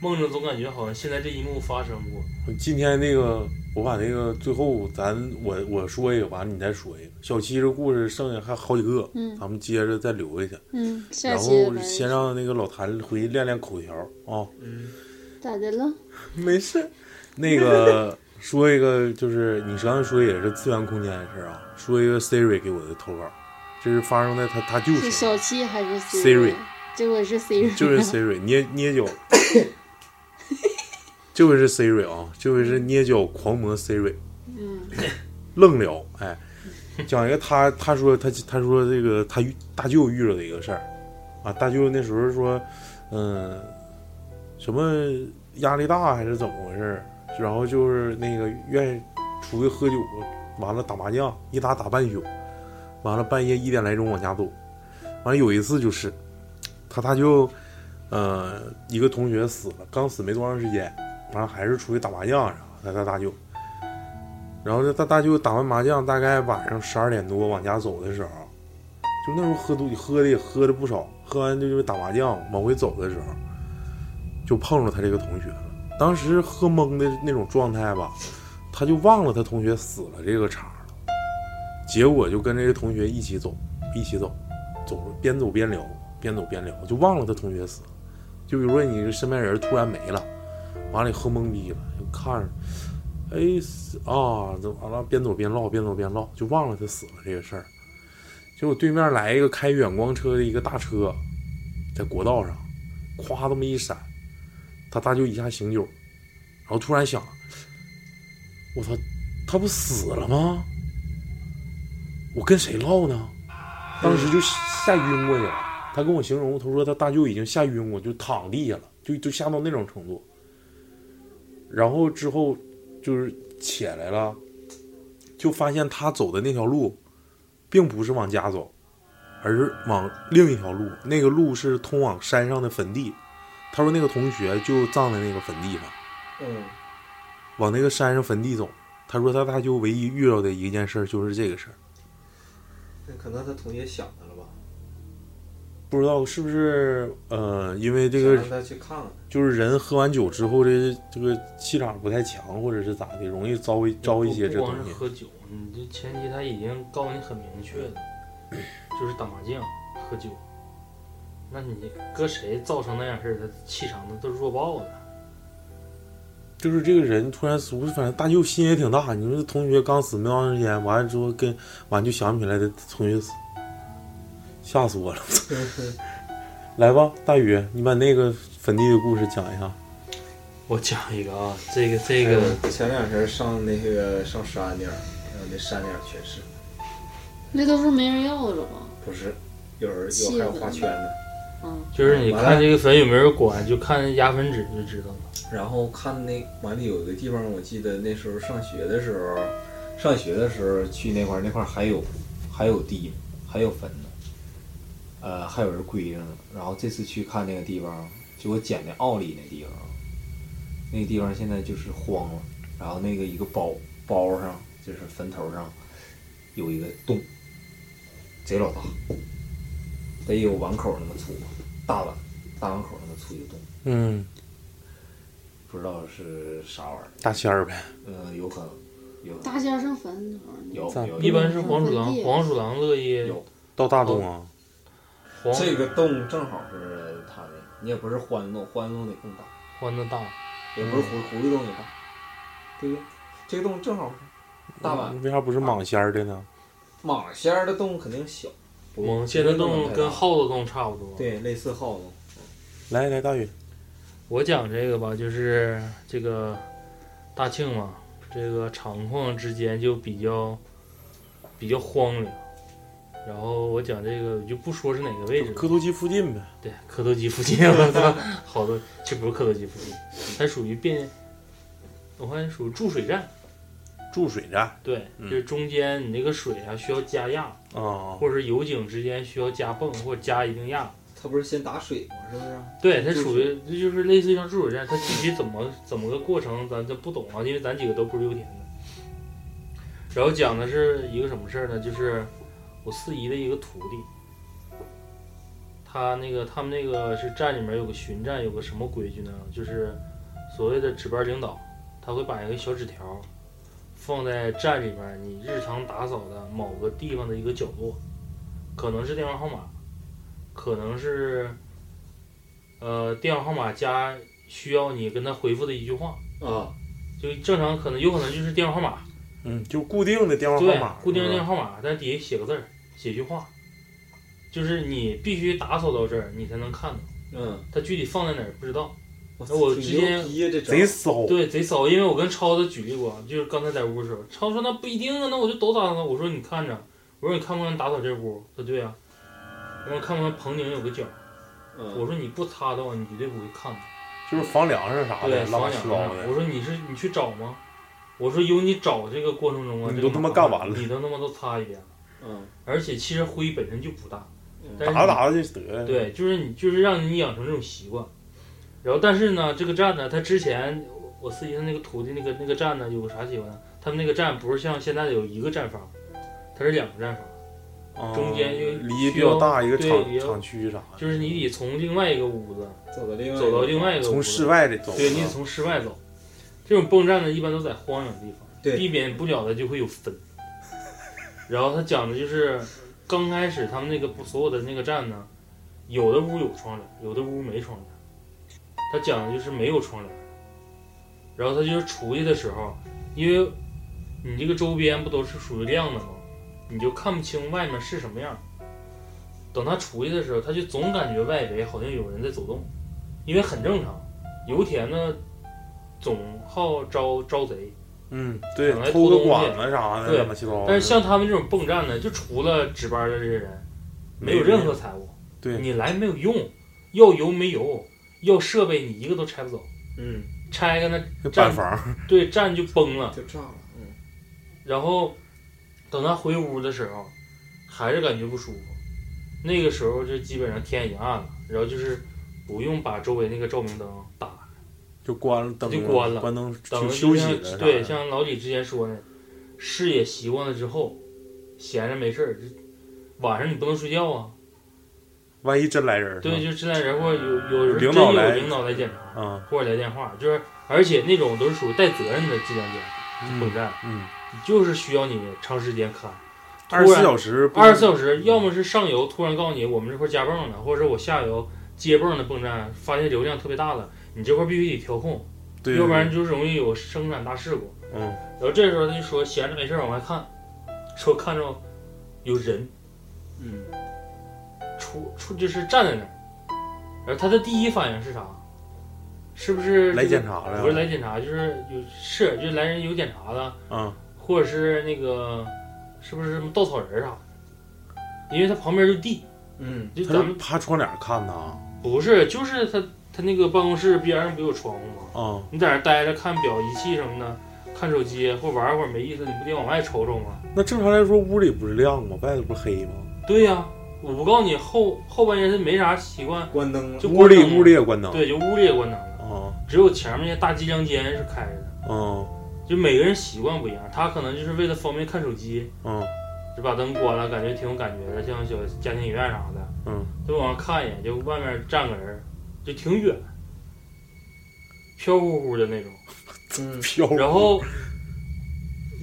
D: 梦着总感觉好像现在这一幕发生过。
B: 今天那个，我把那个最后咱我我说一个，完了你再说一个。小七这故事剩下还好几个，
C: 嗯
B: 咱们接着再留下去。
C: 嗯，下
B: 然
C: 期
B: 后
C: 反正
B: 先让那个老谭回去练练口条啊、
E: 嗯，
C: 咋的了？
B: 没事。那个说一个，就是你刚才说也是次元空间的事儿啊，说一个 Siri 给我的投稿，这是发生在他他舅
C: 是
B: 身上，
C: 小七还是
B: Siri
C: 这回嗯是 Siri，
B: 就是 Siri 捏捏脚，这回是 Siri 啊，这回是捏脚狂魔 Siri。
C: 嗯，
B: 愣聊，哎，讲一个他他说他他说这个他遇大舅遇着的一个事儿，啊，大舅那时候说，嗯，什么压力大还是怎么回事儿，然后就是那个愿意出去喝酒，完了打麻将，一打打半宿，完了半夜一点来钟往家走，完了有一次就是，他大舅，呃，一个同学死了，刚死没多长时间，完了还是出去打麻将，然后他他大舅。然后他大舅打完麻将，大概晚上十二点多往家走的时候，就那时候喝多，喝的也喝的不少，喝完就因为打麻将往回走的时候，就碰着他这个同学了。当时喝懵的那种状态吧，他就忘了他同学死了这个茬儿了，结果就跟这个同学一起走，一起走，走着边走边聊，边走边聊，就忘了他同学死了。就比如说你身边人突然没了，完了你喝懵逼了，就看着。哎死啊，怎么完了？边走边唠，边走边唠，就忘了他死了这个事儿。结果对面来一个开远光车的一个大车，在国道上，咵这么一闪，他大舅一下醒酒，然后突然想，我操，他不死了吗？我跟谁唠呢？当时就吓晕过去了。他跟我形容，他说他大舅已经吓晕过，就躺地下了，就就吓到那种程度。然后之后就是起来了，就发现他走的那条路，并不是往家走，而是往另一条路。那个路是通往山上的坟地。他说那个同学就葬在那个坟地上，
E: 嗯，
B: 往那个山上坟地走。他说他大舅唯一遇到的一件事儿就是这个事儿，
E: 那可能他同学想他了吧？
B: 不知道是不是呃，因为这
E: 想
B: 个
E: 让他去看看，
B: 就是人喝完酒之后，这这个气场不太强，或者是咋的，容易招一招一些这东
D: 不光是
B: 西。
D: 喝酒，你这前提他已经告诉你很明确了，就是打麻将、喝酒。那你搁谁造成那样事儿，他气场那都弱爆了。
B: 就是这个人突然死，反正大舅心也挺大。你说同学刚死没多长时间，完了之后跟完就想不起来他同学死，吓死 我了！来吧，大宇，你把那个坟地的故事讲一下。
D: 我讲一个啊，这个这个，
E: 哎前两天上那个上山顶儿，然后那山顶儿全是，
C: 那都是没人要的了吧？
E: 不是有人有
C: 气
E: 还有
C: 氛
E: 画圈的。
C: 嗯，
D: 就是你看这个坟有没有人管，就看压坟纸就知道了。
E: 然后看那完了有一个地方，我记得那时候上学的时候，上学的时候去那块儿，那块儿还有还有地呢，还有坟呢，呃，还有人归着呢。然后这次去看那个地方，就我捡的奥利那地方，那个地方现在就是荒了。然后那个一个包包上，就是坟头上有一个洞，贼老大，得有碗口那么粗，大碗大碗口那么粗一个洞。
B: 嗯，
E: 不知道是啥玩意儿，
B: 大仙儿呗，
E: 嗯，有可能，有可能
C: 大仙儿上坟头呢。
E: 有
B: 赞
E: 有
D: 一
E: 有
D: 般是黄鼠狼，黄鼠狼乐意
E: 有
B: 到大众啊，
D: 哦黄
E: 这个洞正好是他的，你也不是獾洞，獾洞得更大，
D: 欢的大，
E: 也不是狐狐狸洞也大，对不对？这个洞正好是大碗，
D: 嗯
B: 为啥不是蟒仙儿的
D: 啊
B: 呢？
E: 马仙儿的洞肯定小，不
D: 猛仙的洞跟耗子洞差不多。
E: 对类似耗子，
B: 来来，大宇，
D: 我讲这个吧，就是这个大庆嘛，这个厂矿之间就比较比较荒凉。然后我讲这个，我就不说是哪个位置了，
B: 磕头机附近呗。
D: 对，磕头机附近，我操， 好多，这不是磕头机附近，它属于变，我看属于注水站，
B: 注水站
D: 对，
B: 嗯
D: 就是中间你那个水啊需要加压，
B: 啊，
D: 或者是油井之间需要加泵或者加一定压，
E: 它不是先打水吗？是不是？
D: 对，它
E: 注
D: 属于这就是类似于像注水站，它具体怎么怎么个过程咱咱不懂啊，因为咱几个都不是油田的。然后讲的是一个什么事儿呢？就是我四姨的一个徒弟，他那个他们那个是站里面有个巡站，有个什么规矩呢？就是所谓的值班领导，他会把一个小纸条放在站里面你日常打扫的某个地方的一个角落，可能是电话号码，可能是呃电话号码加需要你跟他回复的一句话，
E: 啊，
D: 就正常可能有可能就是电话号码，
B: 嗯，就固定的电话
D: 对
B: 号码，，嗯
D: 固定的电
B: 话。
D: 话号码，但底下写个字儿，写句话，就是你必须打扫到这儿，你才能看到。
E: 嗯，
D: 它具体放在哪儿不知道，
E: 操
D: 我
E: 挺
D: 直接
E: 牛逼呀这招
B: 贼骚，
D: 对，贼骚。因为我跟超子举例过，就是刚才在屋的时候，超说那不一定啊，那我就都打扫。我说你看着，我说你看不看打扫这屋？他说对啊，我说看不看棚顶有个角？我
E: 嗯，
D: 说你不擦的话，你绝对不会看到。
B: 就是房梁上啥
D: 对，
B: 的，
D: 放
B: 拉
D: 两
B: 稀
D: 个
B: 糟
D: 呢
B: 的。
D: 我说你是你去找吗？我说有你找这个过程中啊，
B: 你
D: 这
B: 都
D: 个
B: 他妈
D: 麻
B: 干
D: 烦
B: 完了
D: 你都他妈都擦一遍了。
E: 嗯，
D: 而且其实灰本身就不大，
E: 嗯
D: 但是
B: 打
D: 你
B: 打就得了。，
D: 对，就是你就是让你养成这种习惯。然后但是呢，这个站呢，他之前我四姨他那个徒弟那个那个站呢有个啥习惯呢？他们那个站不是像现在有一个站房，它是两个站房，
B: 啊
D: 中间就
B: 离比
D: 需要
B: 较大一个
D: 对
B: 厂
D: 也要
B: 厂区啥的，
D: 就是你得从另外一个屋子
E: 走到另外一个
D: 走到另外一个屋子，
B: 从室外的走。
D: 对，你得从室外走。这种泵站呢，一般都在荒凉地方，
E: 对
D: 避免不了的就会有分。然后他讲的就是，刚开始他们那个不所有的那个站呢，有的屋有窗帘，有的屋没窗帘。他讲的就是没有窗帘。然后他就是出去的时候，因为你这个周边不都是属于亮的吗？你就看不清外面是什么样。等他出去的时候，他就总感觉外围好像有人在走动，因为很正常。油田呢，总好招招贼，
B: 嗯，对
D: 往外，
B: 偷
D: 偷
B: 个
D: 东西
B: 管子啥的，
D: 对
B: 乱七八糟的。
D: 但是像他们这种泵站呢，就除了值班的这些人，没
B: 没
D: 有任何财物，
B: 对，
D: 你来没有用，要油没油，要设备你一个都拆不走，
E: 嗯，
D: 拆开那
B: 就
D: 站
B: 板房，
D: 对站就崩了。
E: 就炸了，嗯，
D: 然后等他回屋的时候，还是感觉不舒服。那个时候就基本上天已经暗了，然后就是不用把周围那个照明灯打开
B: 就关了灯，
D: 就关了
B: 关灯
D: 等
B: 就休息
D: 就
B: 了。
D: 像对，像老李之前说的，视野习惯了之后，闲着没事儿，就晚上你不能睡觉啊。
B: 万一真来人儿，
D: 对，
B: 是
D: 就进来人或者有有人
B: 领
D: 真
B: 导
D: 有
B: 来
D: 领导来检查
B: 吧啊，
D: 或者来电话，就是而且那种都是属于带责任的质量监
B: 嗯
D: 混战，
B: 嗯，
D: 就是需要你长时间看。突
B: 二十四
D: 然
B: 小时不，嗯
D: 二十四小时，要么是上游突然告诉你我们这块加泵了，或者是我下游接泵的泵站发现流量特别大了，你这块必须得调控，
B: 对，
D: 要不然
B: 对
D: 就是容易有生产大事故。
B: 嗯，
D: 然后这时候他就说闲着没事儿往外看，说看着有人
E: 嗯，
D: 出出就是站在那儿，然后他的第一反应是啥？是不是
B: 来
D: 这个
B: 检查了呀，
D: 不是来检查，就是有是就是来人有检查了，
B: 啊，
D: 或者是那个是不是什么稻草人儿啥的？因为他旁边就是地，
E: 嗯，
D: 就
B: 他
D: 咱
B: 是
D: 们
B: 趴窗帘看呐，
D: 不是就是他他那个办公室边上不有窗户吗？
B: 啊，
D: 你在那儿待着看表仪器什么的，看手机或玩会儿没意思，你不得往外瞅瞅吗？
B: 那正常来说屋里不是亮吗？外头不是黑吗？
D: 对呀、我不告诉你后后半夜他没啥习惯，
E: 关灯了
D: 就
B: 屋
D: 关
B: 里
D: 灯了
B: 屋里也关灯，
D: 对，就屋里也关灯了，
B: 啊
D: 只有前面那些大机梁间是开着的，
B: 啊
D: 就每个人习惯不一样，他可能就是为了方便看手机，
B: 啊，
D: 就把灯关了，感觉挺有感觉的，像小家庭影院啥的，
B: 嗯，
D: 就往上看一眼，就外面站个人儿，就挺远，飘忽忽的那种。
E: 嗯
B: 飘，
D: 然后，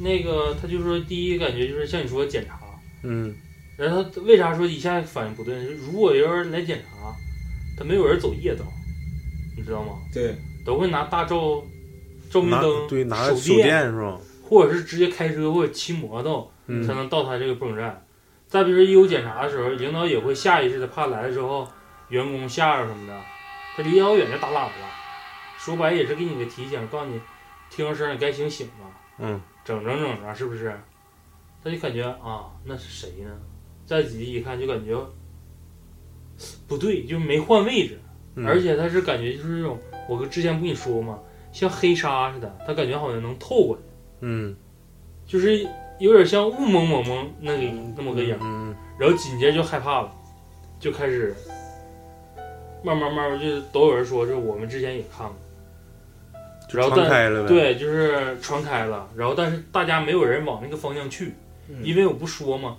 D: 那个他就说，第一感觉就是像你说的检查，
B: 嗯
D: 然后他为啥说一下反应不对呢？就是如果有人来检查，他没有人走夜道，你知道吗？
E: 对，
D: 都会拿大照照明
B: 拿
D: 灯、
B: 对拿
D: 手
B: 手电是吧？
D: 或者是直接开车或者骑摩托。
B: 嗯
D: 才能到他这个泵站。再比如说一有检查的时候，领导也会下意识的怕来了之后员工吓着什么的，他离老远就打喇叭，说白也是给你个提醒，告诉你听着声儿你该醒醒了，
B: 嗯
D: 整整整啊，是不是？他就感觉啊，那是谁呢？再仔细一看，就感觉不对，就没换位置，
B: 嗯，
D: 而且他是感觉就是这种，我之前不跟你说嘛，像黑纱似的，他感觉好像能透过去，
B: 嗯
D: 就是有点像雾蒙蒙蒙那个那么个影儿。
B: 嗯
D: 然后紧接着就害怕了，就开始慢慢慢慢就都有人说，就是我们之前也看过，
B: 就
D: 然后
B: 敞
D: 但
B: 开了呗，，
D: 对，就是传开了，然后但是大家没有人往那个方向去，
B: 嗯
D: 因为我不说嘛，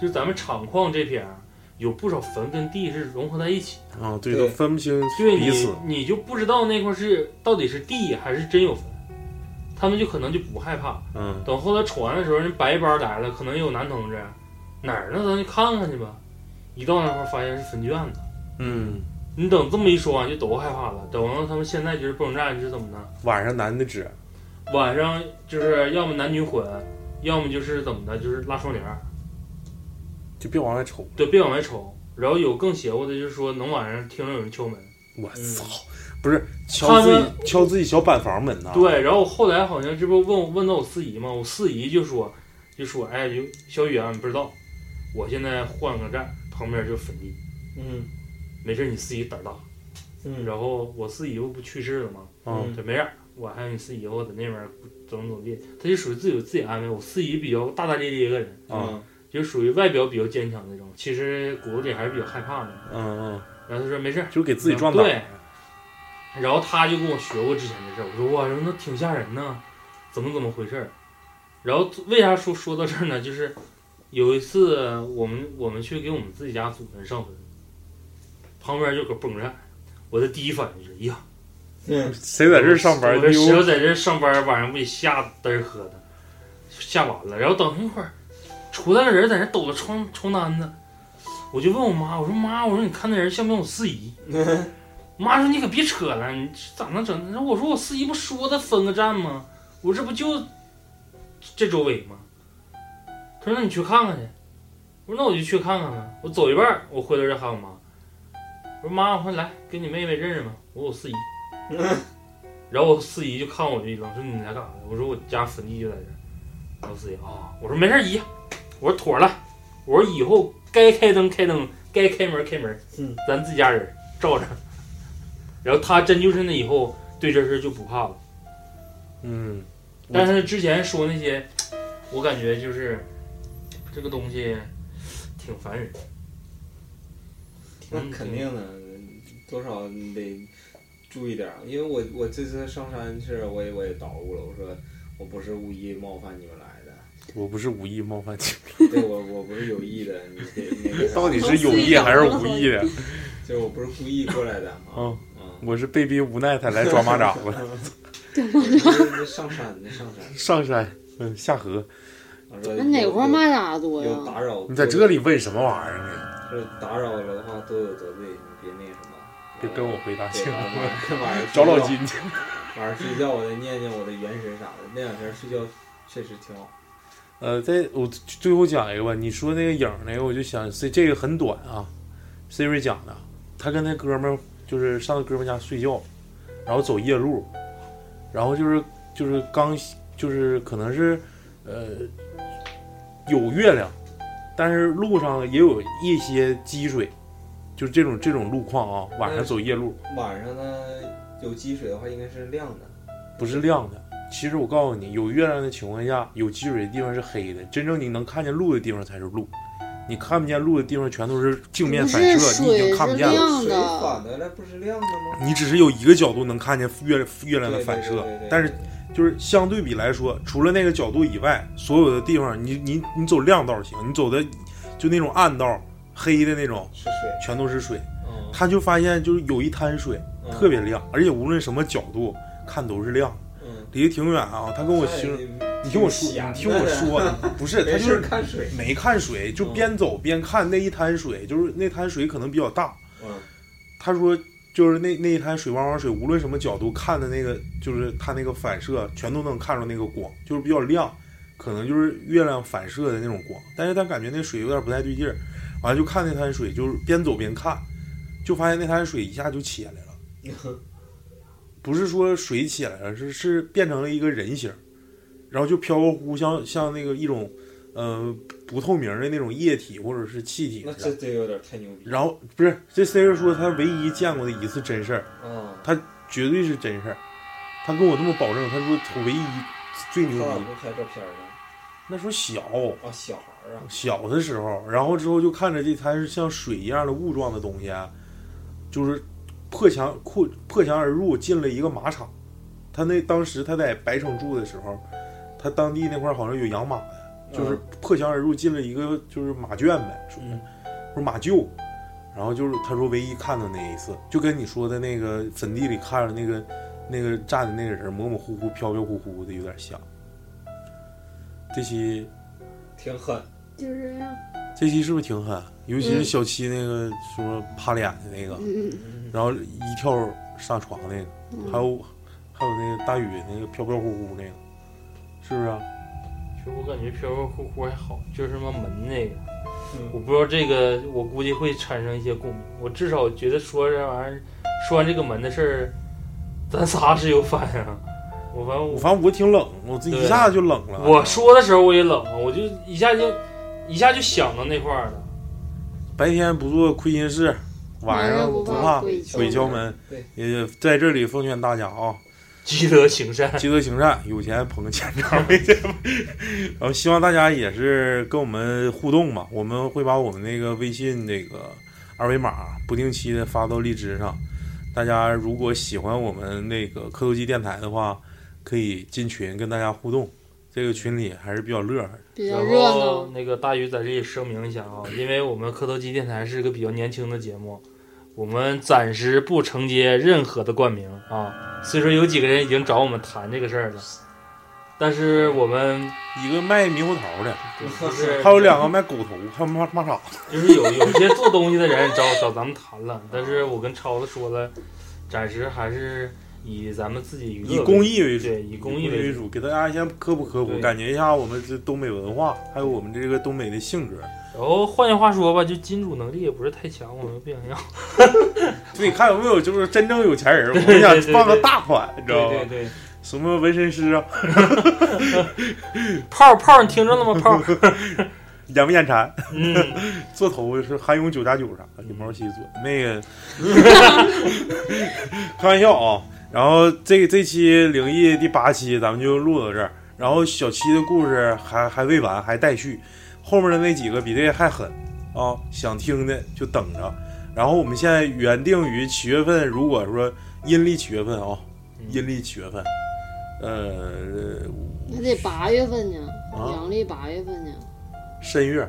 D: 就是咱们厂矿这片儿有不少坟跟地是融合在一起，
B: 啊，对，
E: 对
B: 都分不清
D: 对
B: 彼
D: 你
B: 此，
D: 你就不知道那块儿是到底是地还是真有坟，他们就可能就不害怕。
B: 嗯
D: 等后来传的时候，人白班来了，可能也有男同志，啊哪儿呢？咱去看看去吧。一到那块儿发现是坟圈子。
B: 嗯，
D: 你等这么一说完，就都害怕了。等到他们现在就是蹦站是怎么的？
B: 晚上男的指，
D: 晚上就是要么男女混，要么就是怎么的，就是拉窗帘儿，
B: 就别往外瞅，
D: 对，别往外瞅。然后有更邪乎的，就是说能晚上听着有人敲门。
B: 我
E: 嗯
B: 操，不是敲
D: 他
B: 自
D: 们
B: 己敲自己小板房门呐，啊
D: 对，然后我后来好像这不问问到我四姨吗？我四姨就说就说哎，有小雨啊，你不知道，我现在换个站，旁边就是坟地，
E: 嗯
D: 没事，你四姨胆儿大。
E: 嗯，
D: 然后我四姨夫不去世了吗？
B: 嗯
D: 这没事儿，我还有你四姨夫在那边儿怎么怎么地，他就属于自己有自己安慰。我四姨比较大大咧咧
E: 嗯
D: 的人，
B: 啊
D: 就属于外表比较坚强那种，其实骨子里还是比较害怕的。
B: 嗯嗯，
D: 然后他说没事儿，
B: 就给自己壮胆，
D: 对。然后他就跟我学过之前的事儿，我说哇，那挺吓人呢，怎么怎么回事儿？然后为啥说说到这儿呢？就是有一次我们我们去给我们自己家祖坟上坟，旁边就个蹦站，我的第一反应就是呀，
E: 嗯
B: 谁在这儿上班
D: 我这室友
B: 溜？
D: 在这儿上班，晚上不得吓嘚儿喝的，吓完了，然后等一会儿出来个人在那抖着床床单子，我就问我妈，我说妈，我说你看那人像不像我四姨？
B: 嗯
D: 妈说你可别扯了，你咋能整？然后我说我四姨不说的分个站吗？我这不就这周围吗？她说那你去看看去。我说那我就去看看吧。我走一半儿，我回头就喊我妈，我说妈，我说来跟你妹妹认识吧。我说我四姨。然后我四姨就看我这一愣，说你来干啥来？我说我家坟地就在这儿。然后四姨啊，我说没事儿姨，我说妥了，我说以后该开灯开灯，该开门开门，
E: 嗯，
D: 咱自家人儿照着。 然后他真就是那以后对这事儿就不怕了，
B: 嗯，
D: 但是之前说那些，我感觉就是这个东西挺烦人，
E: 那
D: 挺
E: 肯定的，多少你得注意点儿，因为我我这次上山事儿我也我也捣鼓了，我说我不是无意冒犯你们来的，
B: 我不是无意冒犯你，
E: 对我我不是有意的，你得你
B: 到底是有意还是无意啊的？
E: 就是我不是故意过来的啊，
B: 嗯，
E: 嗯，
B: 我是被逼无奈才来抓蚂蚱的。
E: 那上山那上山，
B: 上山，嗯，下河，
E: 我说
C: 那哪块儿蚂蚱
E: 有
C: 多
E: 有打
C: 呀？
E: 扰，
B: 你在这里问什么玩意儿啊呢？
E: 说打扰了的话多有得罪，别那什么，
B: 别跟我回答清
E: 对
B: 楚，
E: 晚上晚上
B: 找老
E: 睡觉
B: 金去。
E: 晚上睡觉我再念念我的元神啥的，那两天睡觉确实挺好。
B: 呃，在我最后讲一个吧，你说那个影儿那个，我就想这这个很短啊。Siri 讲的，他跟他哥们儿就是上他哥们儿家睡觉，然后走夜路，然后就是就是刚就是可能是呃有月亮，但是路上也有一些积水，就是这种这种路况啊，晚上走夜路
E: 晚上呢有积水的话应该是亮的，
B: 不是亮的。其实我告诉你，有月亮的情况下，有积水的地方是黑的，真正你能看见路的地方才是路，你看不见路的地方全都是镜面反
C: 不是
B: 射，你已经
C: 水
B: 看不
C: 是
B: 见了。
C: 亮
E: 水
C: 的
E: 反的来不是亮的吗？
B: 你只是有一个角度能看见月月亮的
E: 对
B: 反射，
E: 对对对对
B: 但是就是相对比来说，除了那个角度以外，所有的地方你你你走亮道行，你走的就那种暗道黑的那种，
E: 是水，
B: 全都是水。
E: 嗯，
B: 他就发现就是有一滩水
E: 嗯
B: 特别亮，而且无论什么角度看都是亮，
E: 嗯，
B: 离得挺远啊。他跟我形容，你听我说，你听我说，不是他
E: 没
B: 就
E: 事
B: 是
E: 看水，
B: 没看水，就
E: 嗯
B: 边走边看那一滩水，就是那滩水可能比较大，
E: 嗯
B: 他说就是那那一滩水汪汪水，无论什么角度看的那个，就是它那个反射全都能看出那个光，就是比较亮，可能就是月亮反射的那种光。但是他感觉那水有点不太对劲儿，完了就看那滩水，就是边走边看，就发现那滩水一下就起来了。不是说水起来了，是是变成了一个人形儿，然后就飘忽像像那个一种，呃，不透明的那种液体或者是气体
E: 那
B: 似
E: 这
B: 的。
E: 这有点太牛逼
B: 然后不是这 Siri 说他唯一见过的一次真事儿，
E: 啊！
B: 绝对是真事儿。他跟我这么保证，他说我唯一最
E: 他
B: 牛
E: 咋
B: 逼。
E: 不拍照片呢？
B: 那时候小
E: 啊，小孩儿啊，
B: 小的时候，然后之后就看着这滩像水一样的雾状的东西，啊就是破墙破破墙而入，进了一个马场。他那当时他在白城住的时候，他当地那块儿好像有养马的，就是破墙而入进了一个就是马圈呗，属于
E: 嗯
B: 不是马厩。然后就是他说唯一看到那一次，就跟你说的那个坟地里看着那个那个站的那个人模模糊糊、飘飘忽忽的，有点像。这期
E: 挺狠，
C: 就是这样。
B: 这期是不是挺狠？尤其是
C: 嗯
B: 小七那个说趴脸的那个，
C: 嗯，
B: 然后一跳上床那个，
C: 嗯
B: 还有还有那个大宇那个飘飘忽忽那个，是不是啊？
D: 其实我感觉飘飘忽忽还好，就是什么门那个，我
E: 嗯，
D: 不知道这个，我估计会产生一些共鸣。我至少觉得说这玩意儿，说完这个门的事儿，咱仨是有反应。我反正
B: 我
D: 我
B: 反正我挺冷，我这一
D: 对啊
B: 下就冷了。
D: 我说的时候我也冷，我就一下就一下就想到那块儿了。
B: 白天不做亏心事，晚上
C: 不
B: 怕
C: 鬼
B: 鬼
E: 敲
B: 敲门。
E: 对，
B: 也在这里奉劝大家啊，
D: 积德行善，
B: 积德行善，有钱捧个钱场，没钱捧。 然后希望大家也是跟我们互动嘛，我们会把我们那个微信那个二维码不定期的发到荔枝上。大家如果喜欢我们那个磕头机电台的话，可以进群跟大家互动。这个群里还是比较乐呵的，
C: 比较
D: 然
C: 热
D: 后
C: 闹。
D: 那个大鱼在这里声明一下啊，因为我们磕头机电台是个比较年轻的节目，我们暂时不承接任何的冠名啊。虽说有几个人已经找我们谈这个事儿了，但是我们
B: 一个卖猕猴桃的，
D: 就是
B: 还有两个卖狗头，还有卖卖啥？
D: 就是有有些做东西的人找找咱们谈了，但是我跟超子说了，暂时还是以咱们自己娱乐
B: 以公益为主，
D: 对以公益为
B: 为主，给大家先科普科普，
D: 对
B: 感觉一下我们这东北文化，还有我们这个东北的性格。
D: 然后换句话说吧，就金主能力也不是太强，我们不想要。
B: 所以看有没有就是真正有钱人，我们想放个大款，你知道
D: 对
B: 吗
D: 对？对，
B: 什么纹身师啊，
D: 泡泡，你听着了吗？泡，
B: 眼不眼馋，
D: 嗯，
B: 做头是韩勇九加九啥的，有毛细做嗯那 个，开玩笑啊。然后这这期灵异第八期咱们就录到这儿，然后小七的故事还还未完，还待续，后面的那几个比这个还狠啊！想听的就等着。然后我们现在原定于七月份，如果说阴历七月份啊，阴历七月份，呃，
C: 还得八月份呢，
B: 啊
C: 阳历八月份呢，
B: 申月，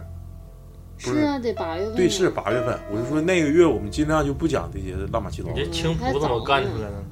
B: 不是
C: 是啊，得八月份。
B: 对，是。八月份。我就说那个月我们尽量就不讲这些乱七八
D: 你
B: 糟
D: 这
B: 的
D: 青浦怎么干出来的呢？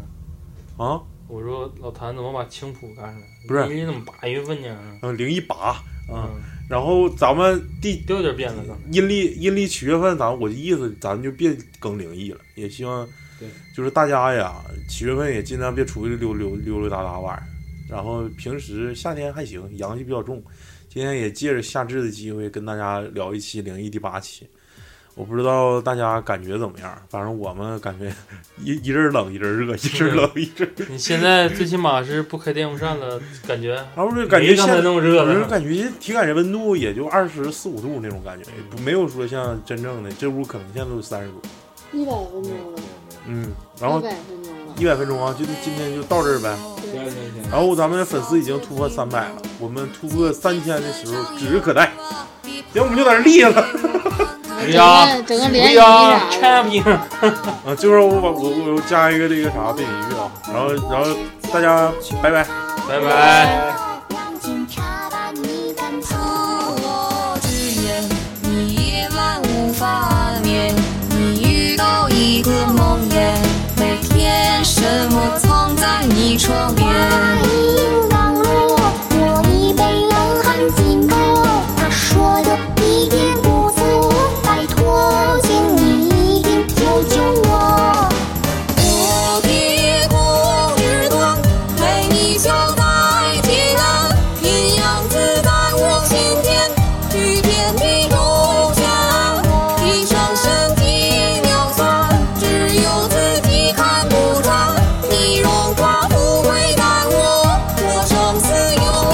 B: 啊。
D: 我说老谭怎么把青浦干出来？
B: 不是
D: 你你怎么八月份呢？
B: 嗯，零一八啊。
D: 嗯，
B: 然后咱们第
D: 调点变了呢。
B: 阴历阴历七月份，咱我的意思，咱们就别更灵异了，也希望
E: 对，
B: 就是大家呀，七月份也尽量别出去溜溜溜溜达达玩儿。然后平时夏天还行，阳气比较重。今天也借着夏至的机会跟大家聊一期灵异第八期。我不知道大家感觉怎么样，反正我们感觉 一一阵儿冷一阵儿热，一阵儿冷一阵儿热。
D: 你现在最起码是不开电风扇了，感觉
C: 啊
B: 然后就感觉
D: 没
B: 现
D: 刚才
B: 在
D: 那么热
B: 我是
D: 了。
B: 感觉体感温度也就二十四五度那种感觉，
D: 嗯
B: 不没有说像真正的这屋可能现在都三十度。
C: 一百分钟了，
B: 嗯，然后
C: 一百分钟了。
B: 一百分钟啊，就今天就到这儿呗。
E: 第二天天
B: 然后咱们粉丝已经突破三百了，我们突破三千的时候指日可 待。行，我们有点厉害了。
D: 哎呀，
C: 整个联谊
D: We
C: 啥
D: are
C: 的。
D: champion。
B: 啊，就是我把我我加一个这个啥背景音乐啊，然后然后大家拜拜。
D: 拜拜。
F: 让警察把你赶走。我只愿你一晚无法眠，你遇到一个梦魇，每天什么藏在你床边？应当落，我已被人喊警告。他说的一点不错，拜托，请你一定救救我。我的故日光，为你消灾解难，天阳自在我心间，雨点滴中下，地上生机渺散，只有自己看不穿。你荣华富贵待我，我生死有命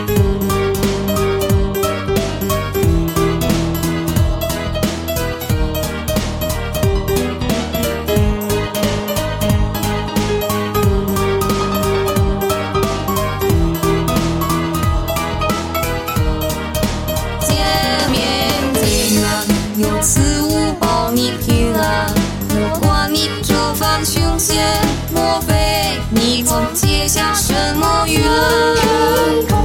F: 在天。见面竟然有此物保你平安。我管你这番凶险，莫非你曾结下什么怨？天空